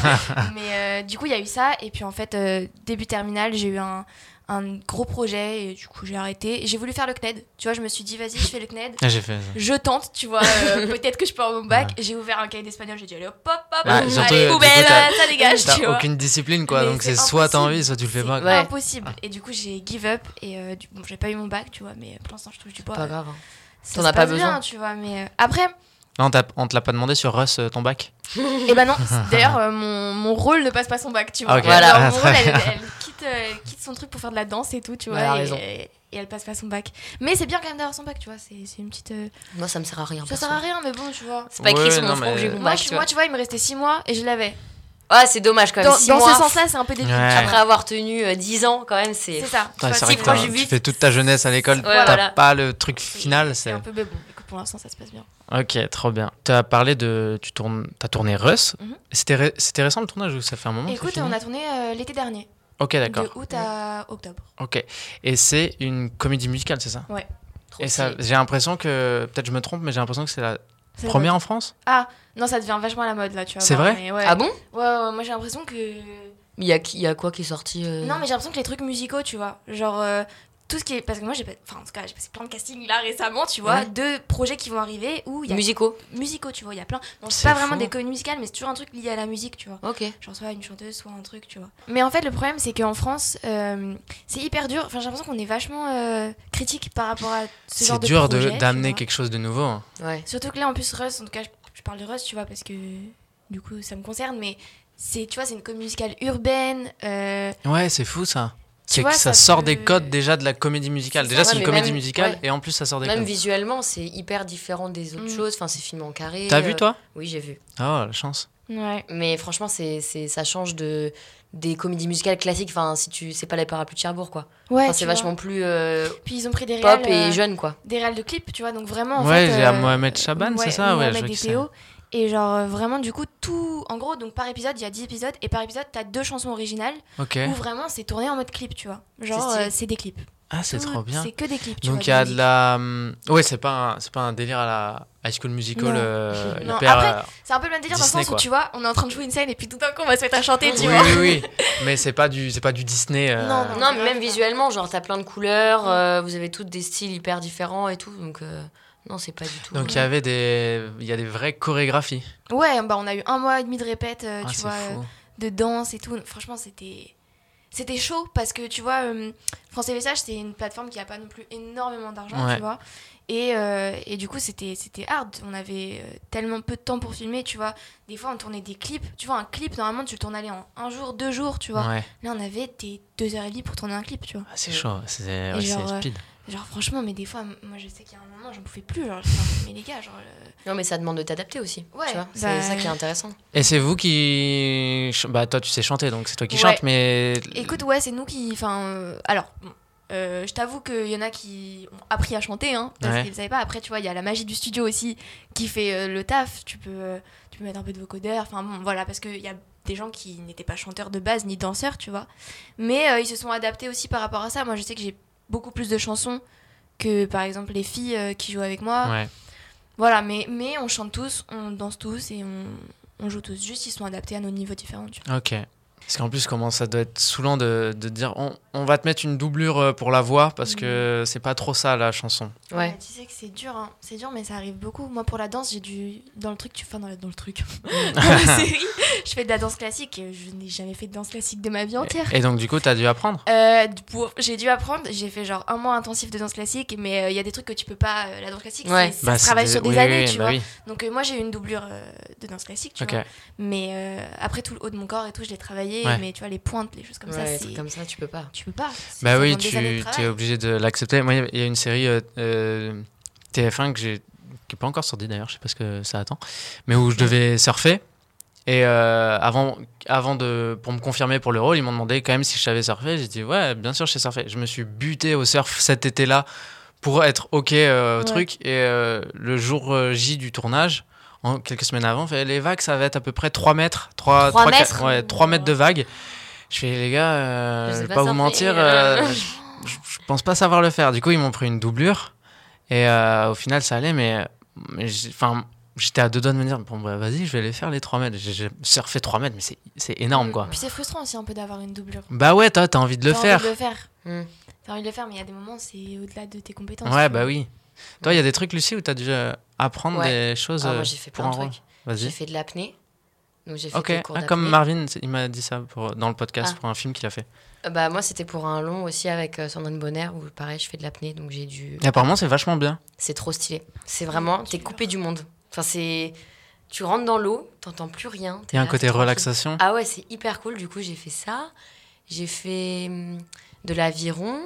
D: Mais euh, du coup, il y a eu ça. Et puis, en fait, euh, début terminal, j'ai eu un, un gros projet. Et du coup, j'ai arrêté. Et J'ai voulu faire le CNED. Tu vois, je me suis dit, vas-y, je fais le CNED.
B: Ah, J'ai fait ça.
D: je tente, tu vois, euh, peut-être que je peux avoir mon bac. J'ai ouvert un cahier d'espagnol, j'ai dit allez hop hop hop,
B: Ouais, surtout, euh, du
D: allez
B: coup,
D: poubelle,
B: t'as-
D: ça dégage, tu
B: T'as
D: vois.
B: aucune discipline, quoi.
D: Mais
B: donc
D: c'est
B: c'est soit t'as
D: impossible.
B: envie, soit tu le fais
D: C'est
B: pas. quoi.
C: Ouais.
D: impossible. Et du coup, j'ai give up et euh, du... bon, j'ai pas eu mon bac, tu vois, mais pour l'instant, je touche du bois.
C: Pas grave. hein.
D: Ça
C: T'en
D: se
C: as pas
D: passe
C: besoin.
D: bien, tu vois, mais euh, après,
B: Non, t'as- on te l'a pas demandé sur Russ, euh, ton bac
D: et ben non, c'est- d'ailleurs, euh, mon, mon rôle ne passe pas son bac, tu vois.
B: Ah, Ok.
C: Voilà.
D: Alors, mon
B: Très
D: rôle, elle, elle quitte, euh, elle quitte son truc pour faire de la danse et tout, tu
C: Bah,
D: vois,
C: elle a
D: et,
C: raison.
D: et elle passe pas son bac. Mais c'est bien quand même d'avoir son bac, tu vois, c'est c'est une petite. euh,
C: Moi, ça me sert à rien.
D: Ça
C: perso.
D: sert à rien, mais bon, tu vois.
C: C'est pas écrit
B: Ouais,
C: sur mon
B: non,
C: front que
B: mais-
C: j'ai mon
D: Moi,
C: bac.
D: je-
C: tu
D: moi,
C: vois.
D: tu vois, il me restait 6 mois et je l'avais.
C: Ah, c'est dommage quand même.
D: dans,
C: Six
D: dans
C: mois,
D: ce sens-là, c'est un peu débile.
B: Ouais.
C: Après avoir tenu euh, 10 ans, quand même, c'est.
D: C'est ça.
B: Putain,
D: Tu
B: c'est
D: vois,
B: vrai
D: c'est
B: que
D: proche
B: t'as-
D: du
B: tu
D: but.
B: fais toute ta jeunesse à l'école, t'as
C: voilà.
B: pas le truc final.
D: C'est
B: C'est
D: un peu mais bon, écoute, pour l'instant, ça se passe bien.
B: Ok, trop bien. T'as parlé de, tu tournes, t'as tourné Russ.
D: Mhm.
B: C'était ré- c'était récent le tournage ou ça fait un moment que
D: Écoute,
B: c'est
D: on
B: fini
D: a tourné euh, l'été dernier,
B: Ok, d'accord.
D: de août à octobre.
B: Ok. Et c'est une comédie musicale, c'est ça
C: Trop
B: Et ça,
C: stylé.
B: j'ai l'impression que peut-être je me trompe, mais j'ai l'impression que c'est la
D: Ça
B: première en France.
D: doit- Non, ça devient vachement à la mode là, tu vois.
B: C'est vrai
D: Ouais.
C: Ah bon
D: ouais, ouais, moi j'ai l'impression que.
C: Il y a, qui- il y a quoi qui est sorti euh,
D: Non, mais j'ai l'impression que les trucs musicaux, tu vois. Genre, euh, tout ce qui est. Parce que moi, j'ai pas- enfin, en tout cas, j'ai passé plein de castings là récemment, tu vois,
C: Ouais.
D: de projets qui vont arriver où il y a.
C: Musicaux.
D: musicaux, tu vois, il y a plein. Non,
B: C'est
D: c'est pas vraiment
B: fou.
D: des comédies musicales, mais c'est toujours un truc lié à la musique, tu vois.
C: Ok.
D: Genre soit une chanteuse, soit un truc, tu vois. Mais en fait, le problème, c'est qu'en France, euh, c'est hyper dur. Enfin, j'ai l'impression qu'on est vachement euh, critique par rapport à ce genre
B: C'est
D: de
B: dur de-
D: projet, tu
B: d'amener
D: vois.
B: quelque chose de nouveau. hein.
C: Ouais.
D: Surtout que là, en plus, Rust, en tout cas, je, je parle de Rust, tu vois, parce que du coup, ça me concerne, mais c'est, tu vois, c'est une comédie musicale urbaine. euh,
B: Ouais, c'est fou ça. C'est
D: vois,
B: que ça,
D: ça
B: sort
D: peut-
B: des codes déjà de la comédie musicale.
D: C'est
B: Déjà,
D: ça,
B: c'est
D: ouais,
B: une
D: mais
B: comédie
C: même-
B: musicale
C: ouais.
B: et en plus, ça sort des
C: Même
B: codes.
C: visuellement, c'est hyper différent des autres
D: Mm.
C: choses. Enfin, c'est filmé en carré.
B: T'as
C: euh,
B: vu toi
C: Oui, j'ai vu.
B: Oh, la chance.
D: ouais.
C: Mais franchement, c'est, c'est, ça change de des comédies musicales classiques. Enfin, si tu, c'est pas les parapluies de Cherbourg, quoi.
D: Ouais,
C: Enfin,
D: tu
C: c'est
D: vois.
C: vachement plus euh,
D: Puis ils ont pris des
C: pop
D: réals,
C: et
D: euh,
C: jeune, quoi.
D: des réals de clips, tu vois, donc vraiment. En
B: ouais,
D: fait,
B: j'ai à
D: euh,
B: Mohamed Chaban,
D: ouais,
B: c'est ça Ouais, je
D: Mohamed
B: vois qui
D: et
B: c'est.
D: Théo. Et genre, euh, vraiment, du coup, tout. En gros, donc par épisode, il y a 10 épisodes, et par épisode, t'as deux chansons originales.
B: Ok.
D: Ou vraiment, c'est tourné en mode clip, tu vois. Genre,
C: stylé.
D: euh, c'est des clips.
B: Ah, c'est
D: Tout-
B: trop bien.
D: C'est que des clips, tu vois.
B: Donc il y a de
D: musique.
B: la. hum, Ouais, c'est pas, un- c'est pas un délire à la High School Musical.
D: Non.
B: euh,
C: Non,
B: hyper,
D: après,
B: euh,
D: C'est un peu le même délire dans
B: Disney,
D: le sens
B: quoi.
D: où, tu vois, on est en train de jouer une scène, et puis tout d'un coup, on va se mettre à chanter, tu
B: Oui,
D: vois.
B: oui, oui. Mais c'est pas du, c'est pas du Disney. euh,
D: Non, non.
C: Non, mais même visuellement, genre, t'as plein de couleurs. euh, vous avez toutes des styles hyper différents et tout. Donc, euh, non, c'est pas du tout.
B: Donc il y avait des, il y a des vraies chorégraphies.
D: Ouais, bah, on a eu un mois et demi de répète, euh,
B: Ah,
D: tu
B: c'est
D: vois, euh,
B: fou.
D: de danse et tout. Franchement, c'était. C'était chaud parce que tu vois, euh, France TV Sage, c'est une plateforme qui a pas non plus énormément d'argent,
B: Ouais.
D: tu vois. Et, euh, et du coup, c'était c'était hard. On avait euh, tellement peu de temps pour filmer, tu vois. Des fois, on tournait des clips. Tu vois, un clip, normalement, tu le tournes aller en un jour, deux jours, tu vois.
B: Ouais,
D: Là, on avait des deux heures et demie pour tourner un clip, tu vois.
B: Ah, c'est chaud. C'est ouais,
D: genre,
B: c'est
D: euh,
B: speed.
D: Genre, franchement, mais des fois, m- moi, je sais qu'il y a un moment, j'en pouvais plus. Genre, j'étais en mode, mais les gars, genre. euh,
C: Non, mais ça demande de t'adapter aussi.
D: Ouais,
C: tu vois,
D: bah-
C: c'est ça qui est intéressant.
B: Et c'est vous qui. ch- Bah, toi, tu sais chanter, donc c'est toi qui
D: Ouais.
B: chante, mais.
D: Écoute, ouais, c'est nous qui. Enfin, euh, alors, bon, euh, je t'avoue qu'il y en a qui ont appris à chanter, hein, parce
B: Ouais.
D: qu'ils ne savaient pas. Après, tu vois, il y a la magie du studio aussi qui fait euh, le taf. Tu peux, euh, tu peux mettre un peu de vocodeur. Enfin, bon, voilà, parce qu'il y a des gens qui n'étaient pas chanteurs de base ni danseurs, tu vois. Mais euh, ils se sont adaptés aussi par rapport à ça. Moi, je sais que j'ai beaucoup plus de chansons que, par exemple, les filles euh, qui jouent avec moi.
B: Ouais.
D: Voilà, mais, mais on chante tous, on danse tous et on, on joue tous. Juste, ils sont adaptés à nos niveaux différents, tu vois.
B: Ok. Parce qu'en plus, comment ça doit être saoulant de, de dire on, on va te mettre une doublure euh, pour la voix parce que
D: Mm.
B: c'est pas trop ça la chanson.
C: Ouais.
D: tu sais que c'est dur, hein. c'est dur, mais ça arrive beaucoup. Moi, pour la danse, j'ai dû. Dans le truc, tu. Enfin, dans, la- dans le truc. dans la série, je fais de la danse classique. et Je n'ai jamais fait de danse classique de ma vie entière.
B: Et donc, du coup, t'as dû apprendre.
D: Euh, pour- J'ai dû apprendre. J'ai fait genre un mois intensif de danse classique, mais euh, il y a des trucs que tu peux pas. euh, La danse classique,
C: Ouais.
D: c'est- ça
B: Bah,
D: se
B: c'est
D: travaille sur des
B: oui,
D: années,
B: oui,
D: tu
B: bah
D: vois.
B: oui.
D: Donc, euh, moi, j'ai eu une doublure euh, de danse classique, tu
B: Ok.
D: vois. Mais euh, après, tout le haut de mon corps et tout, je l'ai travaillé.
B: Ouais.
D: Mais tu vois, les pointes, les choses comme
C: Ouais,
D: ça,
C: c'est
D: c'est.
C: comme ça, tu peux pas.
D: Tu peux pas.
B: Bah
D: ça
B: oui,
D: demande des
B: tu
D: années de
B: es
D: travail.
B: obligé de l'accepter. Moi, il y a une série euh, euh, TF1 que j'ai qui est pas encore sortie d'ailleurs, je sais pas ce que ça attend, mais où je devais surfer. Et euh, avant, avant de, pour me confirmer pour le rôle, ils m'ont demandé quand même si je savais surfer. J'ai dit ouais, bien sûr, je sais surfer. Je me suis buté au surf cet été-là pour être ok euh, au
D: Ouais.
B: truc. Et euh, le jour euh, J du tournage, en, quelques semaines avant, on fait, les vagues, ça va être à peu près 3 mètres, 3,
C: Trois mètres
B: ouais, 3 mètres de vagues. Je fais les gars, euh,
C: Je
B: je
C: sais
B: vais
C: pas
B: pas vous
C: surfer.
B: mentir, euh, je, je- je pense pas savoir le faire. Du coup, ils m'ont pris une doublure et euh, au final, ça allait, mais mais j'ai- enfin. J'étais à deux doigts de me dire, bon, bah, vas-y, je vais les faire les 3 mètres. J'ai j'ai surfé 3 mètres, mais c'est- c'est énorme, quoi.
D: Puis c'est frustrant aussi un peu d'avoir une doublure.
B: Bah ouais, toi, t'as envie de le
D: T'as
B: faire.
D: envie de le faire.
C: Mm.
D: T'as envie de le faire, mais il y a des moments, c'est au-delà de tes compétences.
B: Ouais,
D: tu
B: bah
D: vois.
B: oui. Toi, il y a des trucs, Lucie, où t'as dû euh, apprendre
C: Ouais.
B: des choses
C: Ah,
B: euh,
C: moi, j'ai fait
B: pour
C: plein de
B: un rôle.
C: trucs. J'ai
B: Vas-y.
C: fait de l'apnée. Donc, j'ai fait
B: Ok,
C: des cours
B: ah,
C: d'apnée.
B: comme Marvin, c'est- il m'a dit ça pour, dans le podcast
C: Ah.
B: pour un film qu'il a fait.
C: Euh, Bah, moi, c'était pour un long aussi avec euh, Sandrine Bonner où, pareil, je fais de l'apnée. Donc, j'ai dû.
B: Et apparemment, c'est vachement bien.
C: C'est trop stylé. C'est vraiment. T'es coupé du monde. Enfin, c'est. Tu rentres dans l'eau, t'entends plus rien.
B: Il
C: t'es
B: y a un
C: là,
B: côté
C: t'es tranquille.
B: relaxation.
C: Ah ouais, c'est hyper cool. Du coup, j'ai fait ça. J'ai fait hum, de l'aviron.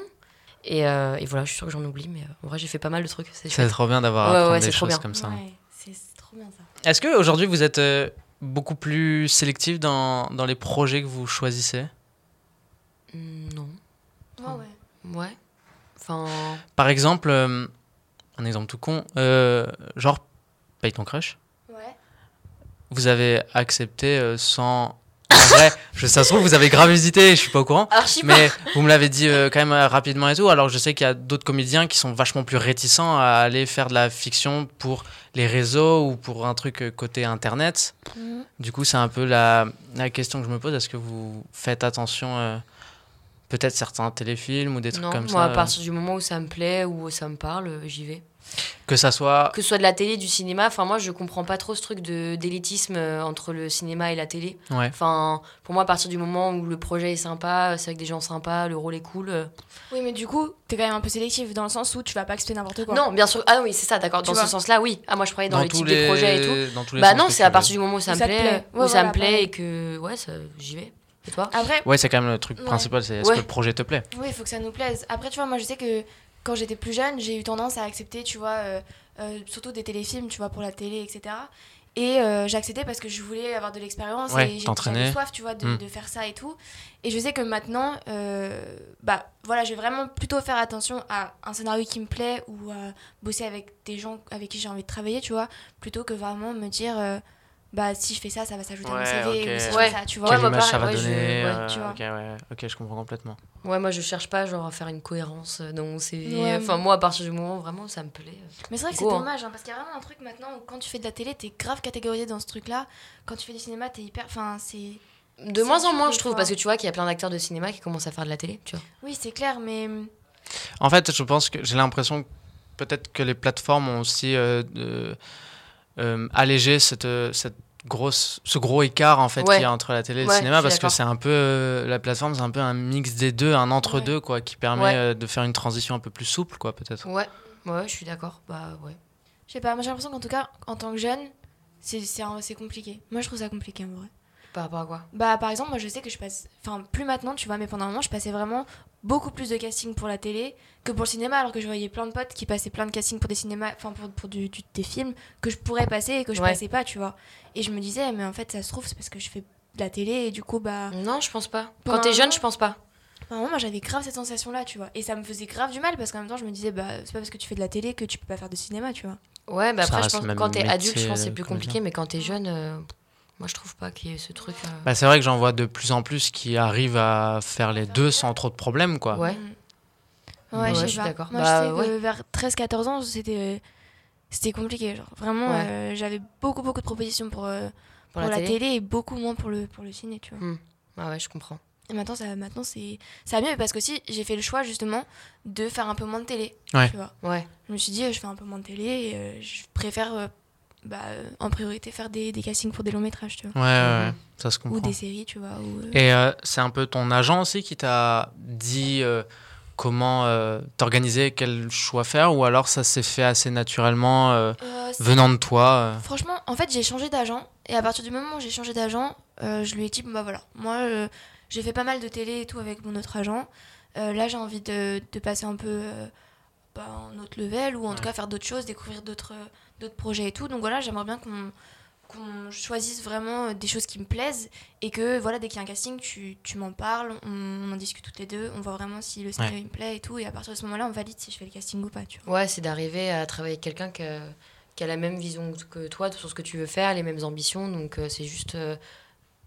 C: Et, euh, et voilà, je suis sûre que j'en oublie, mais euh, en vrai, j'ai fait pas mal de trucs. C'est
B: C'est
C: chouette.
B: trop bien d'avoir
C: Ouais,
B: appris
C: ouais,
B: des
C: c'est trop
B: choses
C: bien.
B: comme ça.
D: Ouais, c'est c'est trop bien ça.
B: Est-ce que aujourd'hui vous êtes euh, beaucoup plus sélectif dans, dans les projets que vous choisissez
C: Hum, Non.
D: Ouais, ouais.
C: Ouais. Enfin.
B: Par exemple, euh, un exemple tout con, euh, genre Paye ton crush.
D: Ouais.
B: Vous avez accepté euh, sans. En vrai, je, ça se trouve, vous avez grave hésité, je suis pas au courant.
C: Archipel.
B: Mais vous me l'avez dit euh, quand même euh, rapidement et tout, alors je sais qu'il y a d'autres comédiens qui sont vachement plus réticents à aller faire de la fiction pour les réseaux ou pour un truc euh, côté internet. Du coup, c'est un peu la, la question que je me pose. Est-ce que vous faites attention euh, peut-être certains téléfilms ou des trucs
C: non,
B: comme
C: moi,
B: ça euh,
C: à partir du moment où ça me plaît, où ça me parle, euh, j'y vais.
B: Que ça soit.
C: Que ce soit de la télé, du cinéma, enfin, moi, je comprends pas trop ce truc de- d'élitisme euh, entre le cinéma et la télé.
B: Ouais.
C: Enfin, pour moi, à partir du moment où le projet est sympa, euh, c'est avec des gens sympas, le rôle est cool. euh,
D: Oui, mais du coup, t'es quand même un peu sélectif dans le sens où tu vas pas accepter n'importe quoi.
C: Non, bien sûr. Ah oui, c'est ça, d'accord.
D: Tu
C: Dans ce
D: vois.
C: sens-là, oui. Ah, moi, je croyais dans, le
B: tous
C: type de projet et tout.
B: Dans tous les
C: Bah
B: sens
C: non,
B: que
C: c'est
B: tu
C: à
B: veux.
C: partir du moment où ça
D: Où
C: me
D: ça te
C: plaît,
D: plaît.
C: où
D: Ouais,
C: ça me
D: voilà,
C: plaît
D: pareil.
C: et que ouais, ça, j'y vais. Et toi
D: Après,
B: Ouais, c'est quand même le truc
D: Ouais.
B: principal, c'est est-ce
C: Ouais. bah
B: que le projet te plaît
D: oui, il faut que ça nous plaise. Après, tu vois, moi, je sais que quand j'étais plus jeune, j'ai eu tendance à accepter, tu vois, euh, euh, surtout des téléfilms, tu vois, pour la télé, etc. Et euh, j'ai accepté parce que je voulais avoir de l'expérience
B: Ouais,
D: et j'ai-
B: t'entraîner.
D: j'avais soif, tu vois, de,
B: Mm.
D: de faire ça et tout. Et je sais que maintenant, euh, bah voilà, je vais vraiment plutôt faire attention à un scénario qui me plaît ou à bosser avec des gens avec qui j'ai envie de travailler, tu vois, plutôt que vraiment me dire, euh, bah si je fais ça, ça va s'ajouter
B: Ouais,
D: à mon CV
B: ok.
D: ou si je
C: Ouais.
D: fais ça, tu vois.
C: Ouais,
B: Quelle
C: moi,
B: image ça va
C: pareil, ouais, je-
B: donner
C: ouais,
B: euh,
D: tu vois.
B: ok, ouais, ok, je comprends complètement.
C: Ouais, moi, je cherche pas genre à faire une cohérence euh, dans mon CV.
D: Ouais.
C: Enfin, moi, à partir du moment où vraiment ça me plaît. euh.
D: Mais c'est vrai que c'est
C: Go, hein.
D: dommage, hein, parce qu'il y a vraiment un truc maintenant où quand tu fais de la télé, t'es grave catégorisé dans ce truc-là. Quand tu fais du cinéma, t'es hyper. Enfin, c'est.
C: De
D: C'est
C: moins en
D: dur
C: moins,
D: des
C: je trouve,
D: fois.
C: parce que tu vois qu'il y a plein d'acteurs de cinéma qui commencent à faire de la télé, tu vois.
D: Oui, c'est clair, mais.
B: En fait, je pense que j'ai l'impression que peut-être que les plateformes ont aussi euh, de- euh, allégé cette, euh, cette grosse, ce gros écart en fait
C: Ouais.
B: qu'il y a entre la télé et le
C: Ouais, je
B: cinéma
C: suis
B: parce que
C: d'accord.
B: c'est un peu euh, la plateforme, c'est un peu un mix des deux, un entre deux quoi, qui permet
C: Ouais.
B: euh, de faire une transition un peu plus souple quoi peut-être.
C: Ouais, ouais, je suis d'accord. Bah ouais.
D: Je sais pas, moi j'ai l'impression qu'en tout cas, en tant que jeune, c'est- c'est un- c'est compliqué. Moi je trouve ça compliqué en vrai.
C: Par rapport à quoi
D: Bah, par exemple, moi je sais que je passe. Enfin, plus maintenant, tu vois, mais pendant un moment, je passais vraiment beaucoup plus de casting pour la télé que pour le cinéma, alors que je voyais plein de potes qui passaient plein de castings pour des cinémas, enfin pour, pour du, du- des films que je pourrais passer et que je
C: Ouais.
D: passais pas, tu vois. Et je me disais, mais en fait, ça se trouve, c'est parce que je fais de la télé et du coup, bah.
C: Non, je pense pas.
D: Pour
C: Quand t'es
D: un
C: jeune,
D: moment-
C: je pense pas.
D: Enfin, moi j'avais grave cette sensation là, tu vois. Et ça me faisait grave du mal parce qu'en même temps, je me disais, bah, c'est pas parce que tu fais de la télé que tu peux pas faire de cinéma, tu vois.
C: Ouais, bah
B: Ça
C: après, je
B: reste
C: pense
B: le
C: que
B: même
C: quand t'es
B: métier,
C: adulte, je pense que c'est
B: euh,
C: plus
B: comme les
C: compliqué, mais quand t'es jeune, euh, moi, je trouve pas qu'il y ait ce truc. euh,
B: Bah, c'est vrai que j'en vois de plus en plus qui arrivent à faire les deux sans trop de problèmes quoi.
C: Ouais.
D: Mm. Ouais,
C: Ouais,
D: je,
C: je
D: sais
C: suis
D: pas.
C: d'accord.
D: Moi,
C: Bah,
D: je sais
C: ouais.
D: que vers 13-14 ans, c'était euh, c'était compliqué. Genre. Vraiment,
C: Ouais.
D: euh, j'avais beaucoup, beaucoup de propositions pour, euh, pour, la, télé. et beaucoup moins pour le, pour le ciné, tu vois.
C: Ah ouais, je comprends.
D: Et maintenant, ça, maintenant c'est, ça va mieux parce que aussi, j'ai fait le choix, justement, de faire un peu moins de télé,
B: Ouais.
D: tu vois.
C: Ouais.
D: Je me suis dit, euh, je fais un peu moins de télé et euh, je préfère, euh, bah, euh, en priorité, faire des, des castings pour des longs métrages, tu vois.
B: Ouais, ouais, ouais,
C: Mhm.
B: ça se comprend.
D: Ou des séries, tu vois. Ou, euh,
B: Et euh, c'est un peu ton agent aussi qui t'a dit euh, comment euh, t'organiser, quel choix faire, ou alors ça s'est fait assez naturellement euh,
D: euh, c'est-
B: venant de toi. euh.
D: Franchement, en fait, j'ai changé d'agent. Et à partir du moment où j'ai changé d'agent, euh, je lui ai dit, bah voilà, moi, euh, j'ai fait pas mal de télé et tout avec mon autre agent. Euh, là, j'ai envie de, de passer un peu euh, bah, un autre level ou en tout
B: Ouais.
D: cas faire d'autres choses, découvrir d'autres euh, d'autres projets et tout. Donc voilà, j'aimerais bien qu'on qu'on choisisse vraiment euh, des choses qui me plaisent et que voilà dès qu'il y a un casting tu, tu m'en parles on, on en discute toutes les deux on voit vraiment si le scénario il me plaît et tout et à partir de ce moment-là on valide si je fais le casting ou pas tu vois
C: Ouais, c'est d'arriver à travailler avec quelqu'un qui a, qui a la même vision que toi sur ce que tu veux faire, les mêmes ambitions. Donc, euh, c'est juste euh,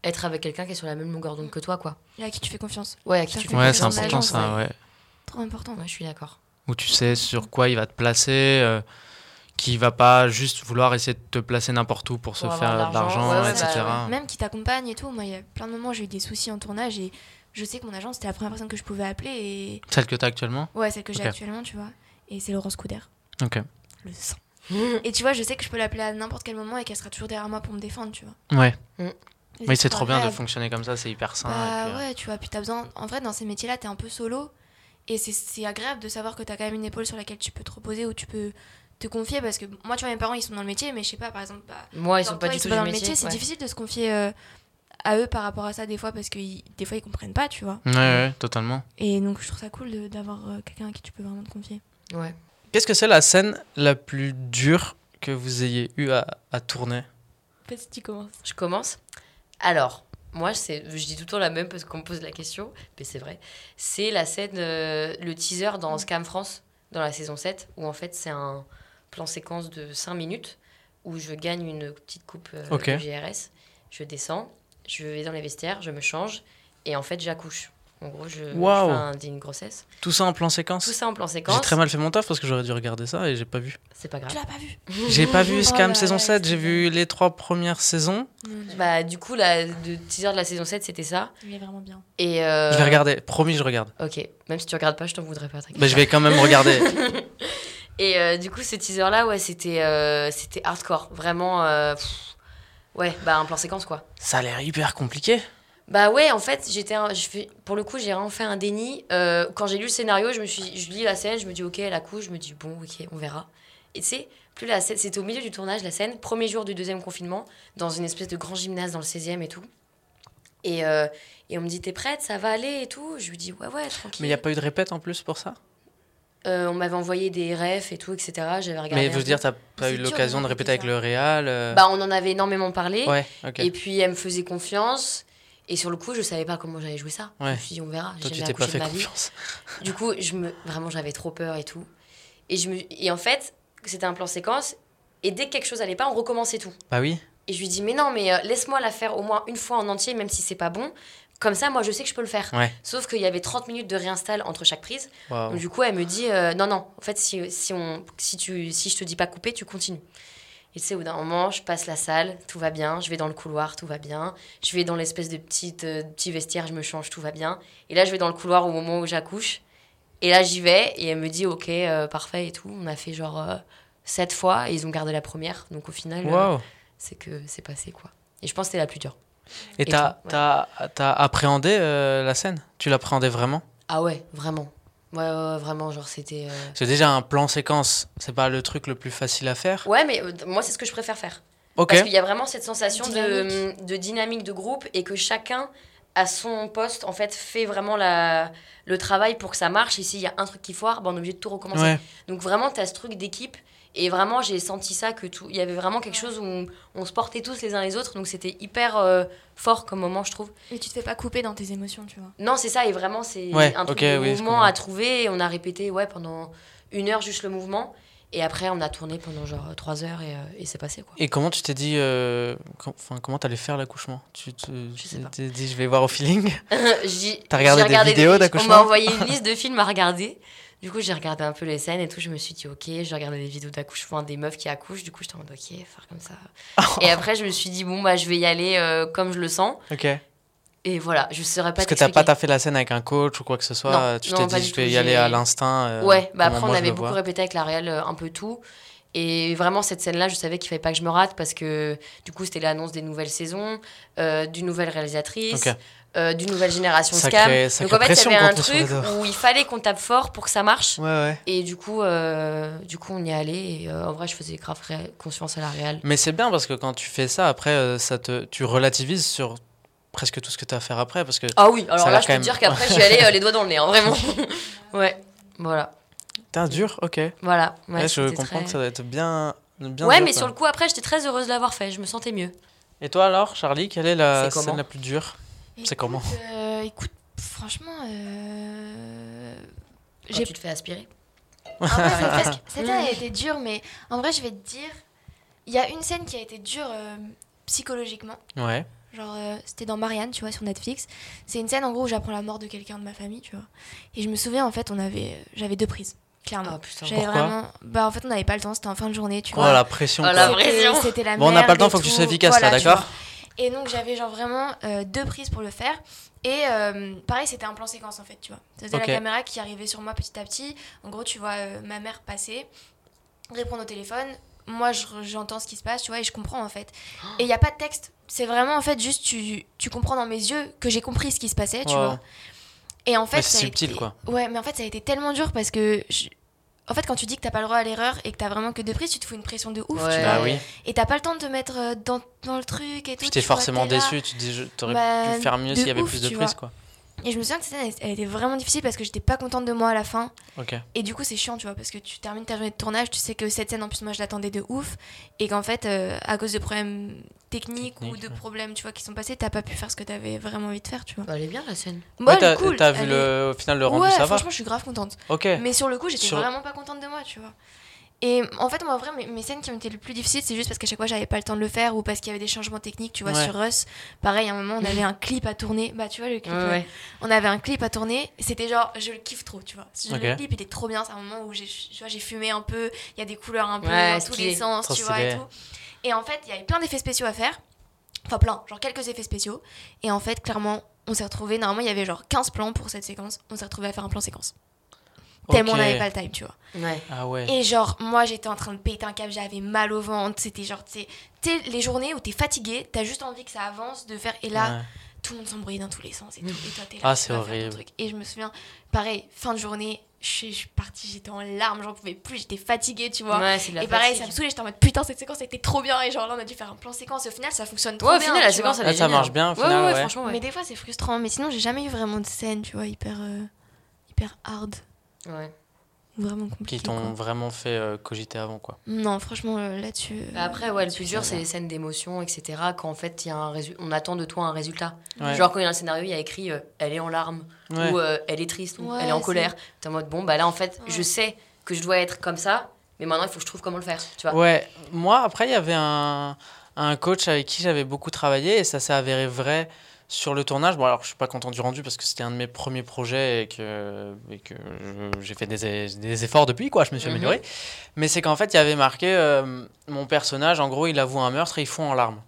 C: être avec quelqu'un qui est sur la même longueur d'onde que toi, quoi.
D: et à qui tu fais confiance
C: Ouais, à qui tu
D: Tout
C: fais
D: à
B: Ouais,
D: fait,
B: c'est
D: ton
C: confiance,
B: important
D: agent,
C: l'agence,
B: ça, ouais.
D: trop important
C: ouais. Ouais, je suis d'accord.
B: Où tu sais sur quoi il va te placer, euh, qui va pas juste vouloir essayer de te placer n'importe où pour se
C: Pour avoir
B: faire de
C: de l'argent,
B: l'argent,
C: ouais, ouais,
B: etc.
C: bah
D: Même qui t'accompagne et tout. Moi, il y a plein de moments où j'ai eu des soucis en tournage et je sais que mon agent, c'était la première personne que je pouvais appeler et.
B: Celle que t'as actuellement
D: Ouais, celle que j'ai
B: Ok.
D: actuellement, tu vois. Et c'est Laurence Couder,
B: Ok.
D: le sang. et tu vois, je sais que je peux l'appeler à n'importe quel moment et qu'elle sera toujours derrière moi pour me défendre, tu vois.
B: Ouais,
D: Et
B: mais c'est trop bien de
D: agréable.
B: fonctionner comme ça, c'est hyper sain. et
D: Bah
B: puis, euh,
D: ouais, tu vois, puis t'as besoin. En vrai, dans ces métiers-là, t'es un peu solo. Et c'est- c'est agréable de savoir que t'as quand même une épaule sur laquelle tu peux te reposer ou tu peux te confier. Parce que moi, tu vois, mes parents, ils sont dans le métier, mais je sais pas, par exemple, bah,
C: Moi, ils
D: Genre,
C: sont pas
D: toi,
C: du tout
D: dans
C: du
D: le
C: métier.
D: C'est
C: ouais.
D: difficile de se confier euh, à eux par rapport à ça des fois parce que ils- des fois ils comprennent pas, tu vois.
B: Ouais, ouais, totalement.
D: Et donc je trouve ça cool de- d'avoir euh, quelqu'un à qui tu peux vraiment te confier.
C: Ouais.
B: Qu'est-ce que c'est la scène la plus dure que vous ayez eu à, à tourner
D: Peut-être tu commences.
C: Je commence. Alors, moi, c'est- je dis tout le temps la même parce qu'on me pose la question, mais c'est vrai. C'est la scène, euh, le teaser
B: Mm.
C: dans Scam France, dans la saison 7, où en fait, c'est un plan séquence de 5 minutes où je gagne une petite coupe euh,
B: Ok.
C: de GRS. Je descends, je vais dans les vestiaires, je me change et en fait, j'accouche. En gros, je, je
B: Waouh.
C: fais un- une grossesse.
B: Tout ça en plan
C: Tout
B: séquence
C: ça en plan
B: J'ai
C: séquence.
B: très mal fait mon taf parce que j'aurais dû regarder ça et j'ai pas vu.
C: C'est pas grave.
D: Tu l'as pas vu
B: J'ai pas vu
D: Oh là
B: Scam
D: là,
B: saison 7, j'ai
D: c'est
B: vu les trois premières saisons.
C: Bah, du coup, la, le teaser de la saison 7, c'était ça.
D: Il est vraiment bien.
C: Et, euh,
B: Je vais regarder, promis, je regarde.
C: Ok, même si tu regardes pas, je t'en voudrais pas. t'inquiète
B: Bah, je vais quand même regarder.
C: Et euh, du coup, ce teaser-là, ouais, c'était euh, c'était hardcore. Vraiment, euh, pff, ouais, bah, un plan séquence, quoi.
B: Ça a l'air hyper compliqué.
C: Bah ouais, en fait, j'étais, un- je fais- pour le coup, j'ai vraiment fait un déni. Euh, quand j'ai lu le scénario, je me suis, je lis la scène, je me dis, ok, elle accouche, je me dis, bon, ok, on verra. Et tu sais, plus la scène, c'était au milieu du tournage, la scène, premier jour du deuxième confinement, dans une espèce de grand gymnase dans le 16e et tout. Et, euh, et on me dit, t'es prête, ça va aller et tout. Je lui dis, ouais, ouais, tranquille.
B: Mais il n'y a pas eu de répète en plus pour ça
C: Euh, on m'avait envoyé des refs et tout, etc. J'avais regardé.
B: Mais
C: un
B: je veux
C: peu.
B: dire, t'as pas
D: C'est
B: eu
D: dur de
B: l'occasion de
D: répéter
B: répéter avec
D: ça.
B: le Real euh,
C: Bah, on en avait énormément parlé.
B: Ouais, ok.
C: Et puis elle me faisait confiance. Et sur le coup, je savais pas comment j'allais jouer ça.
B: Ouais.
C: Je me suis dit, on verra.
B: Toi,
C: J'ai
B: tu
C: jamais
B: t'es pas fait
C: accouché de ma vie.
B: confiance.
C: Du coup, je me... vraiment, j'avais trop peur et tout. Et, je me... et en fait, c'était un plan séquence. Et dès que quelque chose allait pas, on recommençait tout.
B: Bah oui.
C: Et je lui dis, mais non, mais euh, laisse-moi la faire au moins une fois en entier, même si c'est pas bon. Comme ça, moi, je sais que je peux le faire.
B: Ouais.
C: Sauf qu'il y avait 30 minutes de réinstall entre chaque prise.
B: Waouh.
C: Donc, du coup, elle me dit euh, non, non, en fait, si, si, on, si, tu, si je te dis pas couper, tu continues. Et tu sais, au bout d'un moment, je passe la salle, tout va bien, je vais dans le couloir, tout va bien, je vais dans l'espèce de petite, euh, petit vestiaire, je me change, tout va bien. Et là, je vais dans le couloir au moment où j'accouche. Et là, j'y vais, et elle me dit ok, euh, parfait et tout. On a fait genre euh, sept fois, et ils ont gardé la première. Donc au final, euh,
B: Waouh.
C: c'est que c'est passé quoi. Et je pense que c'était la plus dure.
B: Et
C: et
B: t'as
C: tout, ouais.
B: t'as- t'as appréhendé euh, la scène Tu l'appréhendais vraiment
C: Ah ouais, vraiment. Ouais, ouais, ouais, vraiment, genre c'était. euh,
B: C'est déjà un plan séquence, c'est pas le truc le plus facile à faire.
C: Ouais, mais euh, moi, c'est ce que je préfère faire.
B: Ok.
C: Parce qu'il y a vraiment cette sensation
D: Dynamique.
C: De, de dynamique de groupe et que chacun à son poste en fait fait vraiment la, le travail pour que ça marche. Et s'il y a un truc qui foire, ben, on est obligé de tout recommencer.
B: Ouais.
C: Donc vraiment, tu as ce truc d'équipe. Et vraiment, j'ai senti ça, que tout. Il y avait vraiment quelque chose où on, on se portait tous les uns les autres. Donc c'était hyper euh, fort comme moment, je trouve.
D: Mais tu te fais pas couper dans tes émotions, tu vois.
C: Non, c'est ça, et vraiment, c'est
B: Ouais,
C: un truc
B: ok,
C: de
B: oui, je
C: mouvement
B: comprends.
C: à trouver. Et on a répété ouais, pendant une heure juste le mouvement. Et après, on a tourné pendant genre trois heures et, euh, et c'est passé, quoi.
B: Et comment tu t'es dit, euh, com- enfin comment t'allais faire l'accouchement Tu te
C: Je sais pas.
B: t'es dit je vais voir au feeling.
C: J'ai-
B: T'as regardé
C: j'ai
B: des vidéos
C: films. On
B: d'accouchement
C: m'a envoyé une liste de films à regarder. Du coup, j'ai regardé un peu les scènes et tout. Je me suis dit, ok, j'ai regardé des vidéos d'accouchement des meufs qui accouchent. Du coup, j'étais en mode, ok, faire comme ça.
B: Oh.
C: et après, je me suis dit, bon, bah, je vais y aller euh, comme je le sens.
B: Ok.
C: Et voilà, je saurais pas
B: Parce que t'as pas
C: t'expliquer.
B: t'as fait la scène avec un coach ou quoi que ce soit.
C: Non,
B: euh, tu
C: non,
B: t'es
C: pas
B: dit
C: du
B: je vais
C: tout,
B: y aller à
C: j'ai-
B: l'instant. euh,
C: Ouais, bah
B: comment
C: après, on
B: moi, je
C: avait
B: le
C: beaucoup
B: vois.
C: répété avec la réelle euh, un peu tout. Et vraiment, cette scène-là, je savais qu'il fallait pas que je me rate parce que du coup, c'était l'annonce des nouvelles saisons, euh, d'une nouvelle réalisatrice,
B: Ok.
C: euh, d'une nouvelle génération
B: Sacré-
C: scam.
B: sacrée
C: Donc en fait, il
B: pression
C: y avait
B: quand
C: un
B: on se met
C: truc
B: dehors.
C: où il fallait qu'on tape fort pour que ça marche.
B: Ouais ouais.
C: Et du coup, euh, du coup, on y est allé. Et euh, en vrai, je faisais grave ré- confiance à la réal.
B: Mais c'est bien parce que quand tu fais ça après euh, ça te tu relativises sur presque tout ce que t'as à faire après parce que
C: Ah oui, alors
B: a
C: là,
B: l'air quand
C: je peux
B: même-
C: te dire qu'après, je suis allée euh, les doigts dans le nez, hein, vraiment. ouais, voilà,
B: t'es dur. Ok. Ouais,
C: voilà. Ouais,
B: je
C: c'était
B: comprends
C: très-
B: que ça doit être bien bien.
C: ouais,
B: dur,
C: mais
B: quoi.
C: sur le coup, après, j'étais très heureuse de l'avoir fait. Je me sentais mieux.
B: Et toi alors Charlie quelle est la
C: C'est comment
B: scène la plus dure C'est
D: Écoute,
B: comment
D: euh, Écoute, franchement, euh,
C: Quand
D: j'ai
C: tu te fais aspirer.
D: En vrai, c'est presque- Cette scène a été dure, mais en vrai, je vais te dire, il y a une scène qui a été dure euh, psychologiquement.
B: Ouais.
D: Genre, euh, c'était dans Marianne, tu vois, sur Netflix. C'est une scène, en gros, où j'apprends la mort de quelqu'un de ma famille, tu vois. Et je me souviens, en fait, on avait, j'avais deux prises, clairement.
C: Ah putain.
D: J'avais
B: Pourquoi
D: vraiment. Bah, en fait, on n'avait pas le temps, c'était en fin de journée, tu
B: Oh
D: vois.
B: la pression.
C: Oh
B: quoi.
C: la
D: C'était-
C: pression.
D: C'était la
B: Bon on n'a
D: merde
B: pas le temps
D: et
B: faut que tu
D: tout.
B: sois efficace là
D: Voilà, tu
B: d'accord.
D: et donc j'avais genre vraiment euh, deux prises pour le faire. Et euh, pareil, c'était un plan séquence en fait, tu vois. C'était
B: Ok.
D: la caméra qui arrivait sur moi petit à petit. En gros, tu vois euh, ma mère passer, répondre au téléphone. Moi, je re- j'entends ce qui se passe, tu vois, et je comprends en fait. Et il n'y a pas de texte. C'est vraiment en fait juste tu, tu comprends dans mes yeux que j'ai compris ce qui se passait, tu
B: Wow.
D: vois. Et en fait,
B: Ouais, c'est
D: ça a
B: subtil,
D: été-
B: quoi.
D: Ouais, mais en fait, ça a été tellement dur parce que. je- En fait, quand tu dis que t'as pas le droit à l'erreur et que t'as vraiment que deux prises, tu te fous une pression de ouf, tu
C: Ouais.
D: vois.
B: Bah oui.
D: Et t'as pas le temps de te mettre euh, dans, dans le truc et tout.
B: Puis t'es
D: tu vois,
B: forcément
D: t'es là.
B: déçu, tu te dis je- t'aurais
D: Bah,
B: pu faire mieux
D: de
B: s'il y avait
D: ouf,
B: plus de
D: tu
B: prises
D: vois.
B: quoi.
D: Et je me souviens que cette scène, elle, elle était vraiment difficile parce que j'étais pas contente de moi à la fin.
B: Ok.
D: Et du coup, c'est chiant, tu vois, parce que tu termines ta journée de tournage, tu sais que cette scène, en plus, moi, je l'attendais de ouf. Et qu'en fait, euh, à cause de problèmes techniques ou
B: Techniques,
D: de
B: ouais.
D: problèmes, tu vois, qui sont passés, t'as pas pu faire ce que t'avais vraiment envie de faire, tu vois.
C: Bah, elle est bien la scène.
B: Ouais,
D: Bon,
B: t'as
D: cool.
B: t'as vu
D: elle est-
B: le, au final le rendu,
D: Ouais,
B: ça va
D: franchement, je suis grave contente.
B: Ok.
D: Mais sur le coup, j'étais
B: Sur-
D: vraiment pas contente de moi, tu vois. Et en fait, moi, en vrai, mes, mes scènes qui ont été le plus difficiles, c'est juste parce qu'à chaque fois, j'avais pas le temps de le faire ou parce qu'il y avait des changements techniques, tu vois,
B: Ouais.
D: sur Russ. Pareil, à un moment, on avait un clip à tourner. Bah, tu vois, le clip.
C: Ouais,
D: euh,
C: ouais.
D: On avait un clip à tourner. C'était genre, je le kiffe trop, tu vois. Je- Le
B: Ok.
D: clip, il est trop bien. C'est un moment où j'ai, tu vois, j'ai fumé un peu. Il y a des couleurs un peu
C: Ouais,
D: dans tous
C: stylé.
D: les sens,
B: Trop
D: tu vois, et
B: stylé.
D: tout. Et en fait, il y avait plein d'effets spéciaux à faire. Enfin, plein, genre quelques effets spéciaux. Et en fait, clairement, on s'est retrouvés. Normalement, il y avait genre 15 plans pour cette séquence. On s'est retrouvés à faire un plan séquence. Tellement on
B: Ok.
D: n'avait pas le time, tu vois.
C: Ouais.
B: Ah ouais.
D: Et genre, moi, j'étais en train de péter un câble, j'avais mal au ventre. C'était genre, tu sais, tu sais, les journées où t'es fatigué, t'as juste envie que ça avance, de faire. Et là,
B: Ouais.
D: tout le monde s'embrouillait dans tous les sens et tout. Et toi, t'es là.
B: Ah,
D: tu
B: c'est
D: vas faire ton
B: horrible.
D: truc. Et je me souviens, pareil, fin de journée, je suis je suis partie, j'étais en larmes, j'en pouvais plus, j'étais fatiguée, tu vois.
C: Ouais, c'est de la
D: et pareil,
C: fatigue.
D: ça me saoulait, j'étais en mode putain, cette séquence était trop bien. Et genre, là, on a dû faire un plan séquence. Et au final, ça fonctionne trop
C: Ouais, au
D: bien.
C: final, la
D: tu vois.
C: séquence, elle
B: Ah,
C: est
B: ça
C: géniale.
B: marche bien, au
C: Ouais,
B: final,
C: ouais,
B: ouais.
C: franchement, ouais.
D: Mais des fois, c'est frustrant. Mais sinon, j'ai jamais eu vraiment de scène, tu vois, hyper, euh, hyper hard.
C: Ouais.
D: ou Vraiment
B: Qui
D: compliqué.
B: t'ont
D: quoi.
B: vraiment fait euh, cogiter avant, quoi.
D: Non, franchement, euh, là-dessus. euh,
C: Bah après, ouais, le plus
B: tu
C: dur,
B: vas
C: c'est les scènes d'émotion, etc. Quand en fait, il y a un résu- on attend de toi un résultat.
B: Ouais.
C: Genre, quand il y a un scénario, il y a écrit euh, elle est en larmes,
B: Ouais.
C: ou euh, elle est triste, ou
D: Ouais,
C: elle est en
D: c'est-
C: colère. T'es en mode bon, bah là, en fait,
D: Ouais.
C: je sais que je dois être comme ça, mais maintenant, il faut que je trouve comment le faire. Tu vois
B: Ouais, moi après il y avait un, un coach avec qui j'avais beaucoup travaillé et ça s'est avéré vrai sur le tournage. Bon alors je suis pas content du rendu parce que c'était un de mes premiers projets et que, et que je- j'ai fait des, e- des efforts depuis quoi, je me suis
C: Mhm.
B: amélioré. Mais c'est qu'en fait il y avait marqué euh, mon personnage, en gros il avoue un meurtre et il fond en larmes.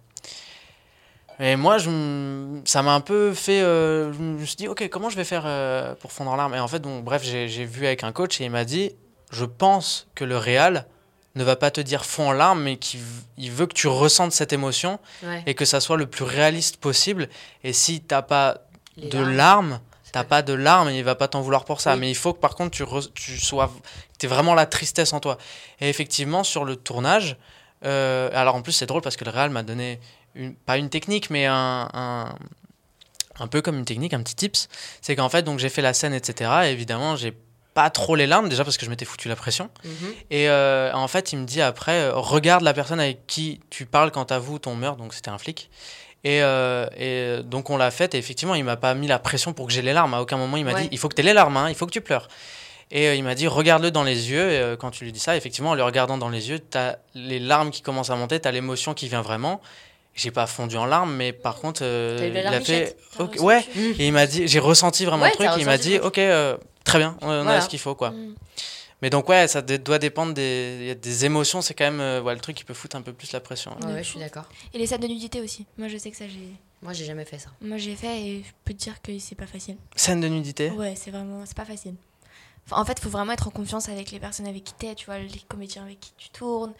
B: Et moi, je, m- ça m'a un peu fait. euh, je me suis dit, ok, comment je vais faire euh, pour fondre en larmes Et en fait, bon, bref, j'ai j'ai vu avec un coach et il m'a dit, je pense que le réal ne va pas te dire fond en larmes, mais qu'il v- il veut que tu ressentes cette émotion
C: Ouais.
B: et que ça soit le plus réaliste possible. Et si t'as pas
C: Les
B: de
C: larmes,
B: larmes,
C: ça
B: t'as
C: peut-
B: pas de larmes et il va pas t'en vouloir pour ça.
C: Oui.
B: Mais il faut que par contre tu, re- tu sois, t'es vraiment la tristesse en toi. Et effectivement sur le tournage, euh, alors en plus c'est drôle parce que le Real m'a donné une- pas une technique mais un, un un peu comme une technique, un petit tips, c'est qu'en fait donc j'ai fait la scène etc. Et évidemment j'ai pas trop les larmes déjà parce que je m'étais foutu la pression.
C: Mhm.
B: Et euh, en fait, il me dit après, euh, regarde la personne avec qui tu parles quand t'avoues ton meurtre, donc c'était un flic. Et, euh, et donc on l'a faite, et effectivement, il m'a pas mis la pression pour que j'ai les larmes. À aucun moment, il m'a
C: Ouais.
B: dit, il faut que t'aies les larmes, hein, il faut que tu pleures. Et euh, il m'a dit, regarde-le dans les yeux. Et, euh, quand tu lui dis ça, effectivement, en le regardant dans les yeux, t'as les larmes qui commencent à monter, t'as l'émotion qui vient vraiment. J'ai pas fondu en larmes, mais par contre, euh,
C: T'as eu la
B: il a fait.
C: larmichette,
D: t'as
B: Ok,
D: ressenti-
B: ouais,
C: Mm-hmm.
B: et il m'a dit, j'ai ressenti vraiment
C: Ouais,
B: le truc.
C: t'as
B: et Il m'a
C: ressenti
B: dit,
C: le
B: ok, euh, très bien, on
C: Voilà.
B: a ce qu'il faut, quoi.
D: Mm.
B: Mais donc ouais, ça dé- doit dépendre des, il y a des émotions, c'est quand même euh, ouais, le truc qui peut foutre un peu plus la pression. ouais.
C: Ouais, ouais, je suis d'accord.
D: Et les salles de nudité aussi. Moi, je sais que ça, j'ai.
C: Moi, j'ai jamais fait ça.
D: Moi, j'ai fait et je peux te dire que c'est pas facile.
B: Scène de nudité
D: Ouais, c'est vraiment. C'est pas facile. Enfin, en fait, faut vraiment être en confiance avec les personnes avec qui t'es, tu vois, les comédiens avec qui tu tournes,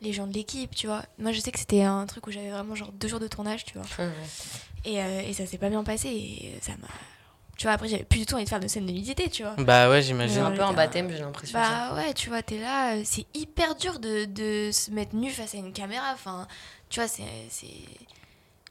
D: les gens de l'équipe, tu vois. Moi, je sais que c'était un truc où j'avais vraiment genre deux jours de tournage, tu vois.
C: Ouais, ouais.
D: Et, euh, et ça s'est pas bien passé et euh, ça m'a. Tu vois, après, j'avais plus du tout envie de faire de scène de nudité, tu vois.
B: Bah ouais,
C: J'ai
B: j'imagine.
C: un
D: Ouais,
C: peu un
D: t'as-
C: baptême, j'ai l'impression. de ça.
D: Bah ouais, tu vois, t'es là, euh, c'est hyper dur de, de se mettre nu face à une caméra, enfin, tu vois, c'est. C'est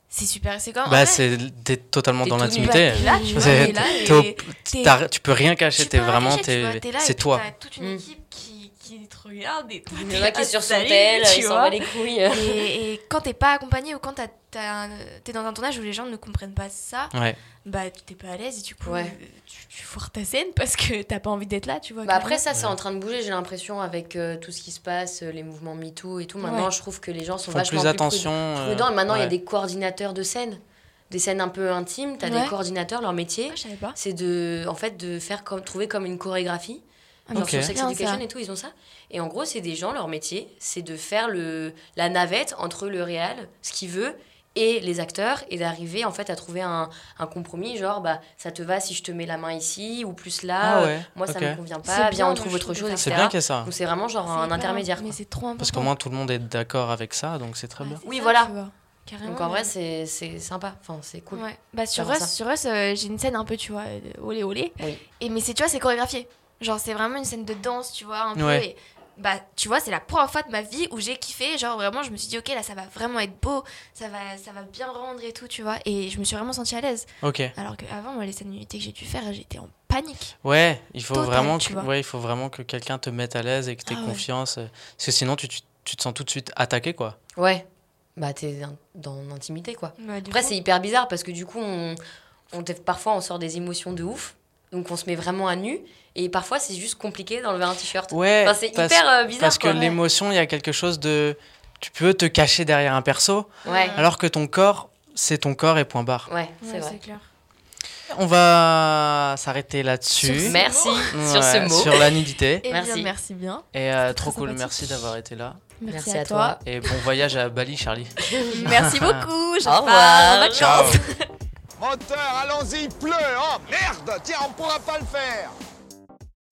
D: c'est super, c'est comme. en
B: Bah
D: vrai,
B: c'est t'es totalement
C: T'es
B: dans
C: tout nu.
B: l'intimité.
D: Bah, t'es là, tu vois,
B: C'est-
D: t'es là et
B: t'es au-
D: t'es-
B: T'as- Tu peux rien
D: tu
B: cacher,
D: peux
B: t'es
D: rien
B: vraiment
D: cacher, tu vois,
B: t'es-
D: t'es là et
B: c'est
D: puis
B: toi.
D: T'as toute une
C: Mm.
D: équipe qui, qui te regarde et toi,
C: Il y
D: t'es
C: en a qui
D: là,
C: est sur son
D: salut,
C: tel,
D: tu
C: il s'en
D: vois.
C: bat les couilles.
D: Et, et quand t'es pas accompagné ou quand t'as- t'as un- t'es dans un tournage où les gens ne comprennent pas ça,
B: Ouais.
D: bah t'es pas à l'aise et du coup
C: Ouais.
D: euh, tu, tu foires ta scène parce que t'as pas envie d'être là, tu vois.
C: Bah après ça c'est
B: Ouais.
C: en train de bouger j'ai l'impression avec euh, tout ce qui se passe euh, les mouvements MeToo et tout maintenant
D: Ouais.
C: je trouve que les gens sont
B: Font
C: vachement
B: plus attention.
C: prudents,
B: euh,
C: prudents. Et maintenant il y a
B: ouais.
C: des coordinateurs de scènes des scènes un peu intimes t'as des
D: Ouais.
C: coordinateurs leur métier
D: Ah, je savais pas.
C: c'est de en fait de faire comme trouver comme une chorégraphie
D: Ah,
C: genre
B: Ok.
C: sur Sex
D: Bien,
C: Education
D: ça.
C: et tout ils ont ça et en gros c'est des gens leur métier c'est de faire le la navette entre le réel ce qu'il veut et les acteurs et d'arriver en fait à trouver un, un compromis genre bah ça te va si je te mets la main ici ou plus là
B: Ah
C: euh,
B: ouais,
C: moi ça
B: ok.
C: me convient
D: C'est
C: pas
D: bien,
C: bien on
D: moi,
C: trouve
D: je
C: autre
D: trouve
C: chose
D: que
B: C'est
C: etc
B: bien qu'il y ait ça.
C: donc c'est vraiment genre
D: C'est
C: un
D: hyper
C: intermédiaire.
D: Mais
C: quoi.
D: c'est trop important.
B: Parce qu'au moins tout le monde est d'accord avec ça, donc c'est très
D: Ouais,
B: bien.
D: c'est
C: Oui,
D: ça,
C: voilà.
D: tu vois. Carrément.
C: Donc en vrai,
D: mais-
C: c'est c'est sympa. Enfin, c'est cool.
D: Ouais. Bah sur
C: D'avoir
D: Us,
C: ça.
D: sur Us, euh, j'ai une scène un peu, tu vois, de olé olé.
C: Oui.
D: Et mais c'est, tu vois, c'est chorégraphié. Genre c'est vraiment une scène de danse, tu vois, un peu.
B: Ouais.
D: et- bah tu vois, c'est la première fois de ma vie où j'ai kiffé. Genre vraiment, je me suis dit ok, là ça va vraiment être beau, ça va, ça va bien rendre et tout, tu vois. Et je me suis vraiment sentie à l'aise.
B: Ok.
D: Alors qu'avant, moi, les scènes d'unité que j'ai dû faire, j'étais en panique.
B: Ouais, il faut
D: Total,
B: vraiment
D: tu
B: que,
D: vois.
B: ouais, il faut vraiment que quelqu'un te mette à l'aise et que t'aies
D: Ah ouais.
B: confiance, euh, parce que sinon tu, tu, tu te sens tout de suite attaqué quoi.
C: Ouais. Bah, t'es in- dans l'intimité, quoi.
D: Bah, du
C: Après,
D: coup,
C: c'est hyper bizarre parce que du coup, on, on t'est- parfois, on sort des émotions de ouf. Donc on se met vraiment à nu. Et parfois, c'est juste compliqué d'enlever un t-shirt.
B: Ouais,
C: Enfin, c'est
B: parce-
C: hyper euh, bizarre.
B: Parce que
C: quoi.
B: l'émotion, il y a quelque chose de. Tu peux te cacher derrière un perso,
C: Ouais,
B: alors que ton corps, c'est ton corps et point barre.
C: ouais,
D: Ouais,
C: c'est vrai.
D: c'est clair.
B: On va s'arrêter là-dessus.
D: Sur ce-
C: Merci sur
B: Ouais,
C: ce mot.
B: Sur la nudité.
D: Eh
C: Merci.
D: bien, merci bien.
B: Et euh, trop
D: très
B: cool,
D: sympathique.
B: merci d'avoir été là.
C: Merci, à toi.
B: Et bon voyage à Bali, Charlie.
D: merci beaucoup. Je
C: Au
D: pars
C: revoir.
D: en vacances.
E: Moteur, allons-y, il pleut, oh merde Tiens, on pourra pas le faire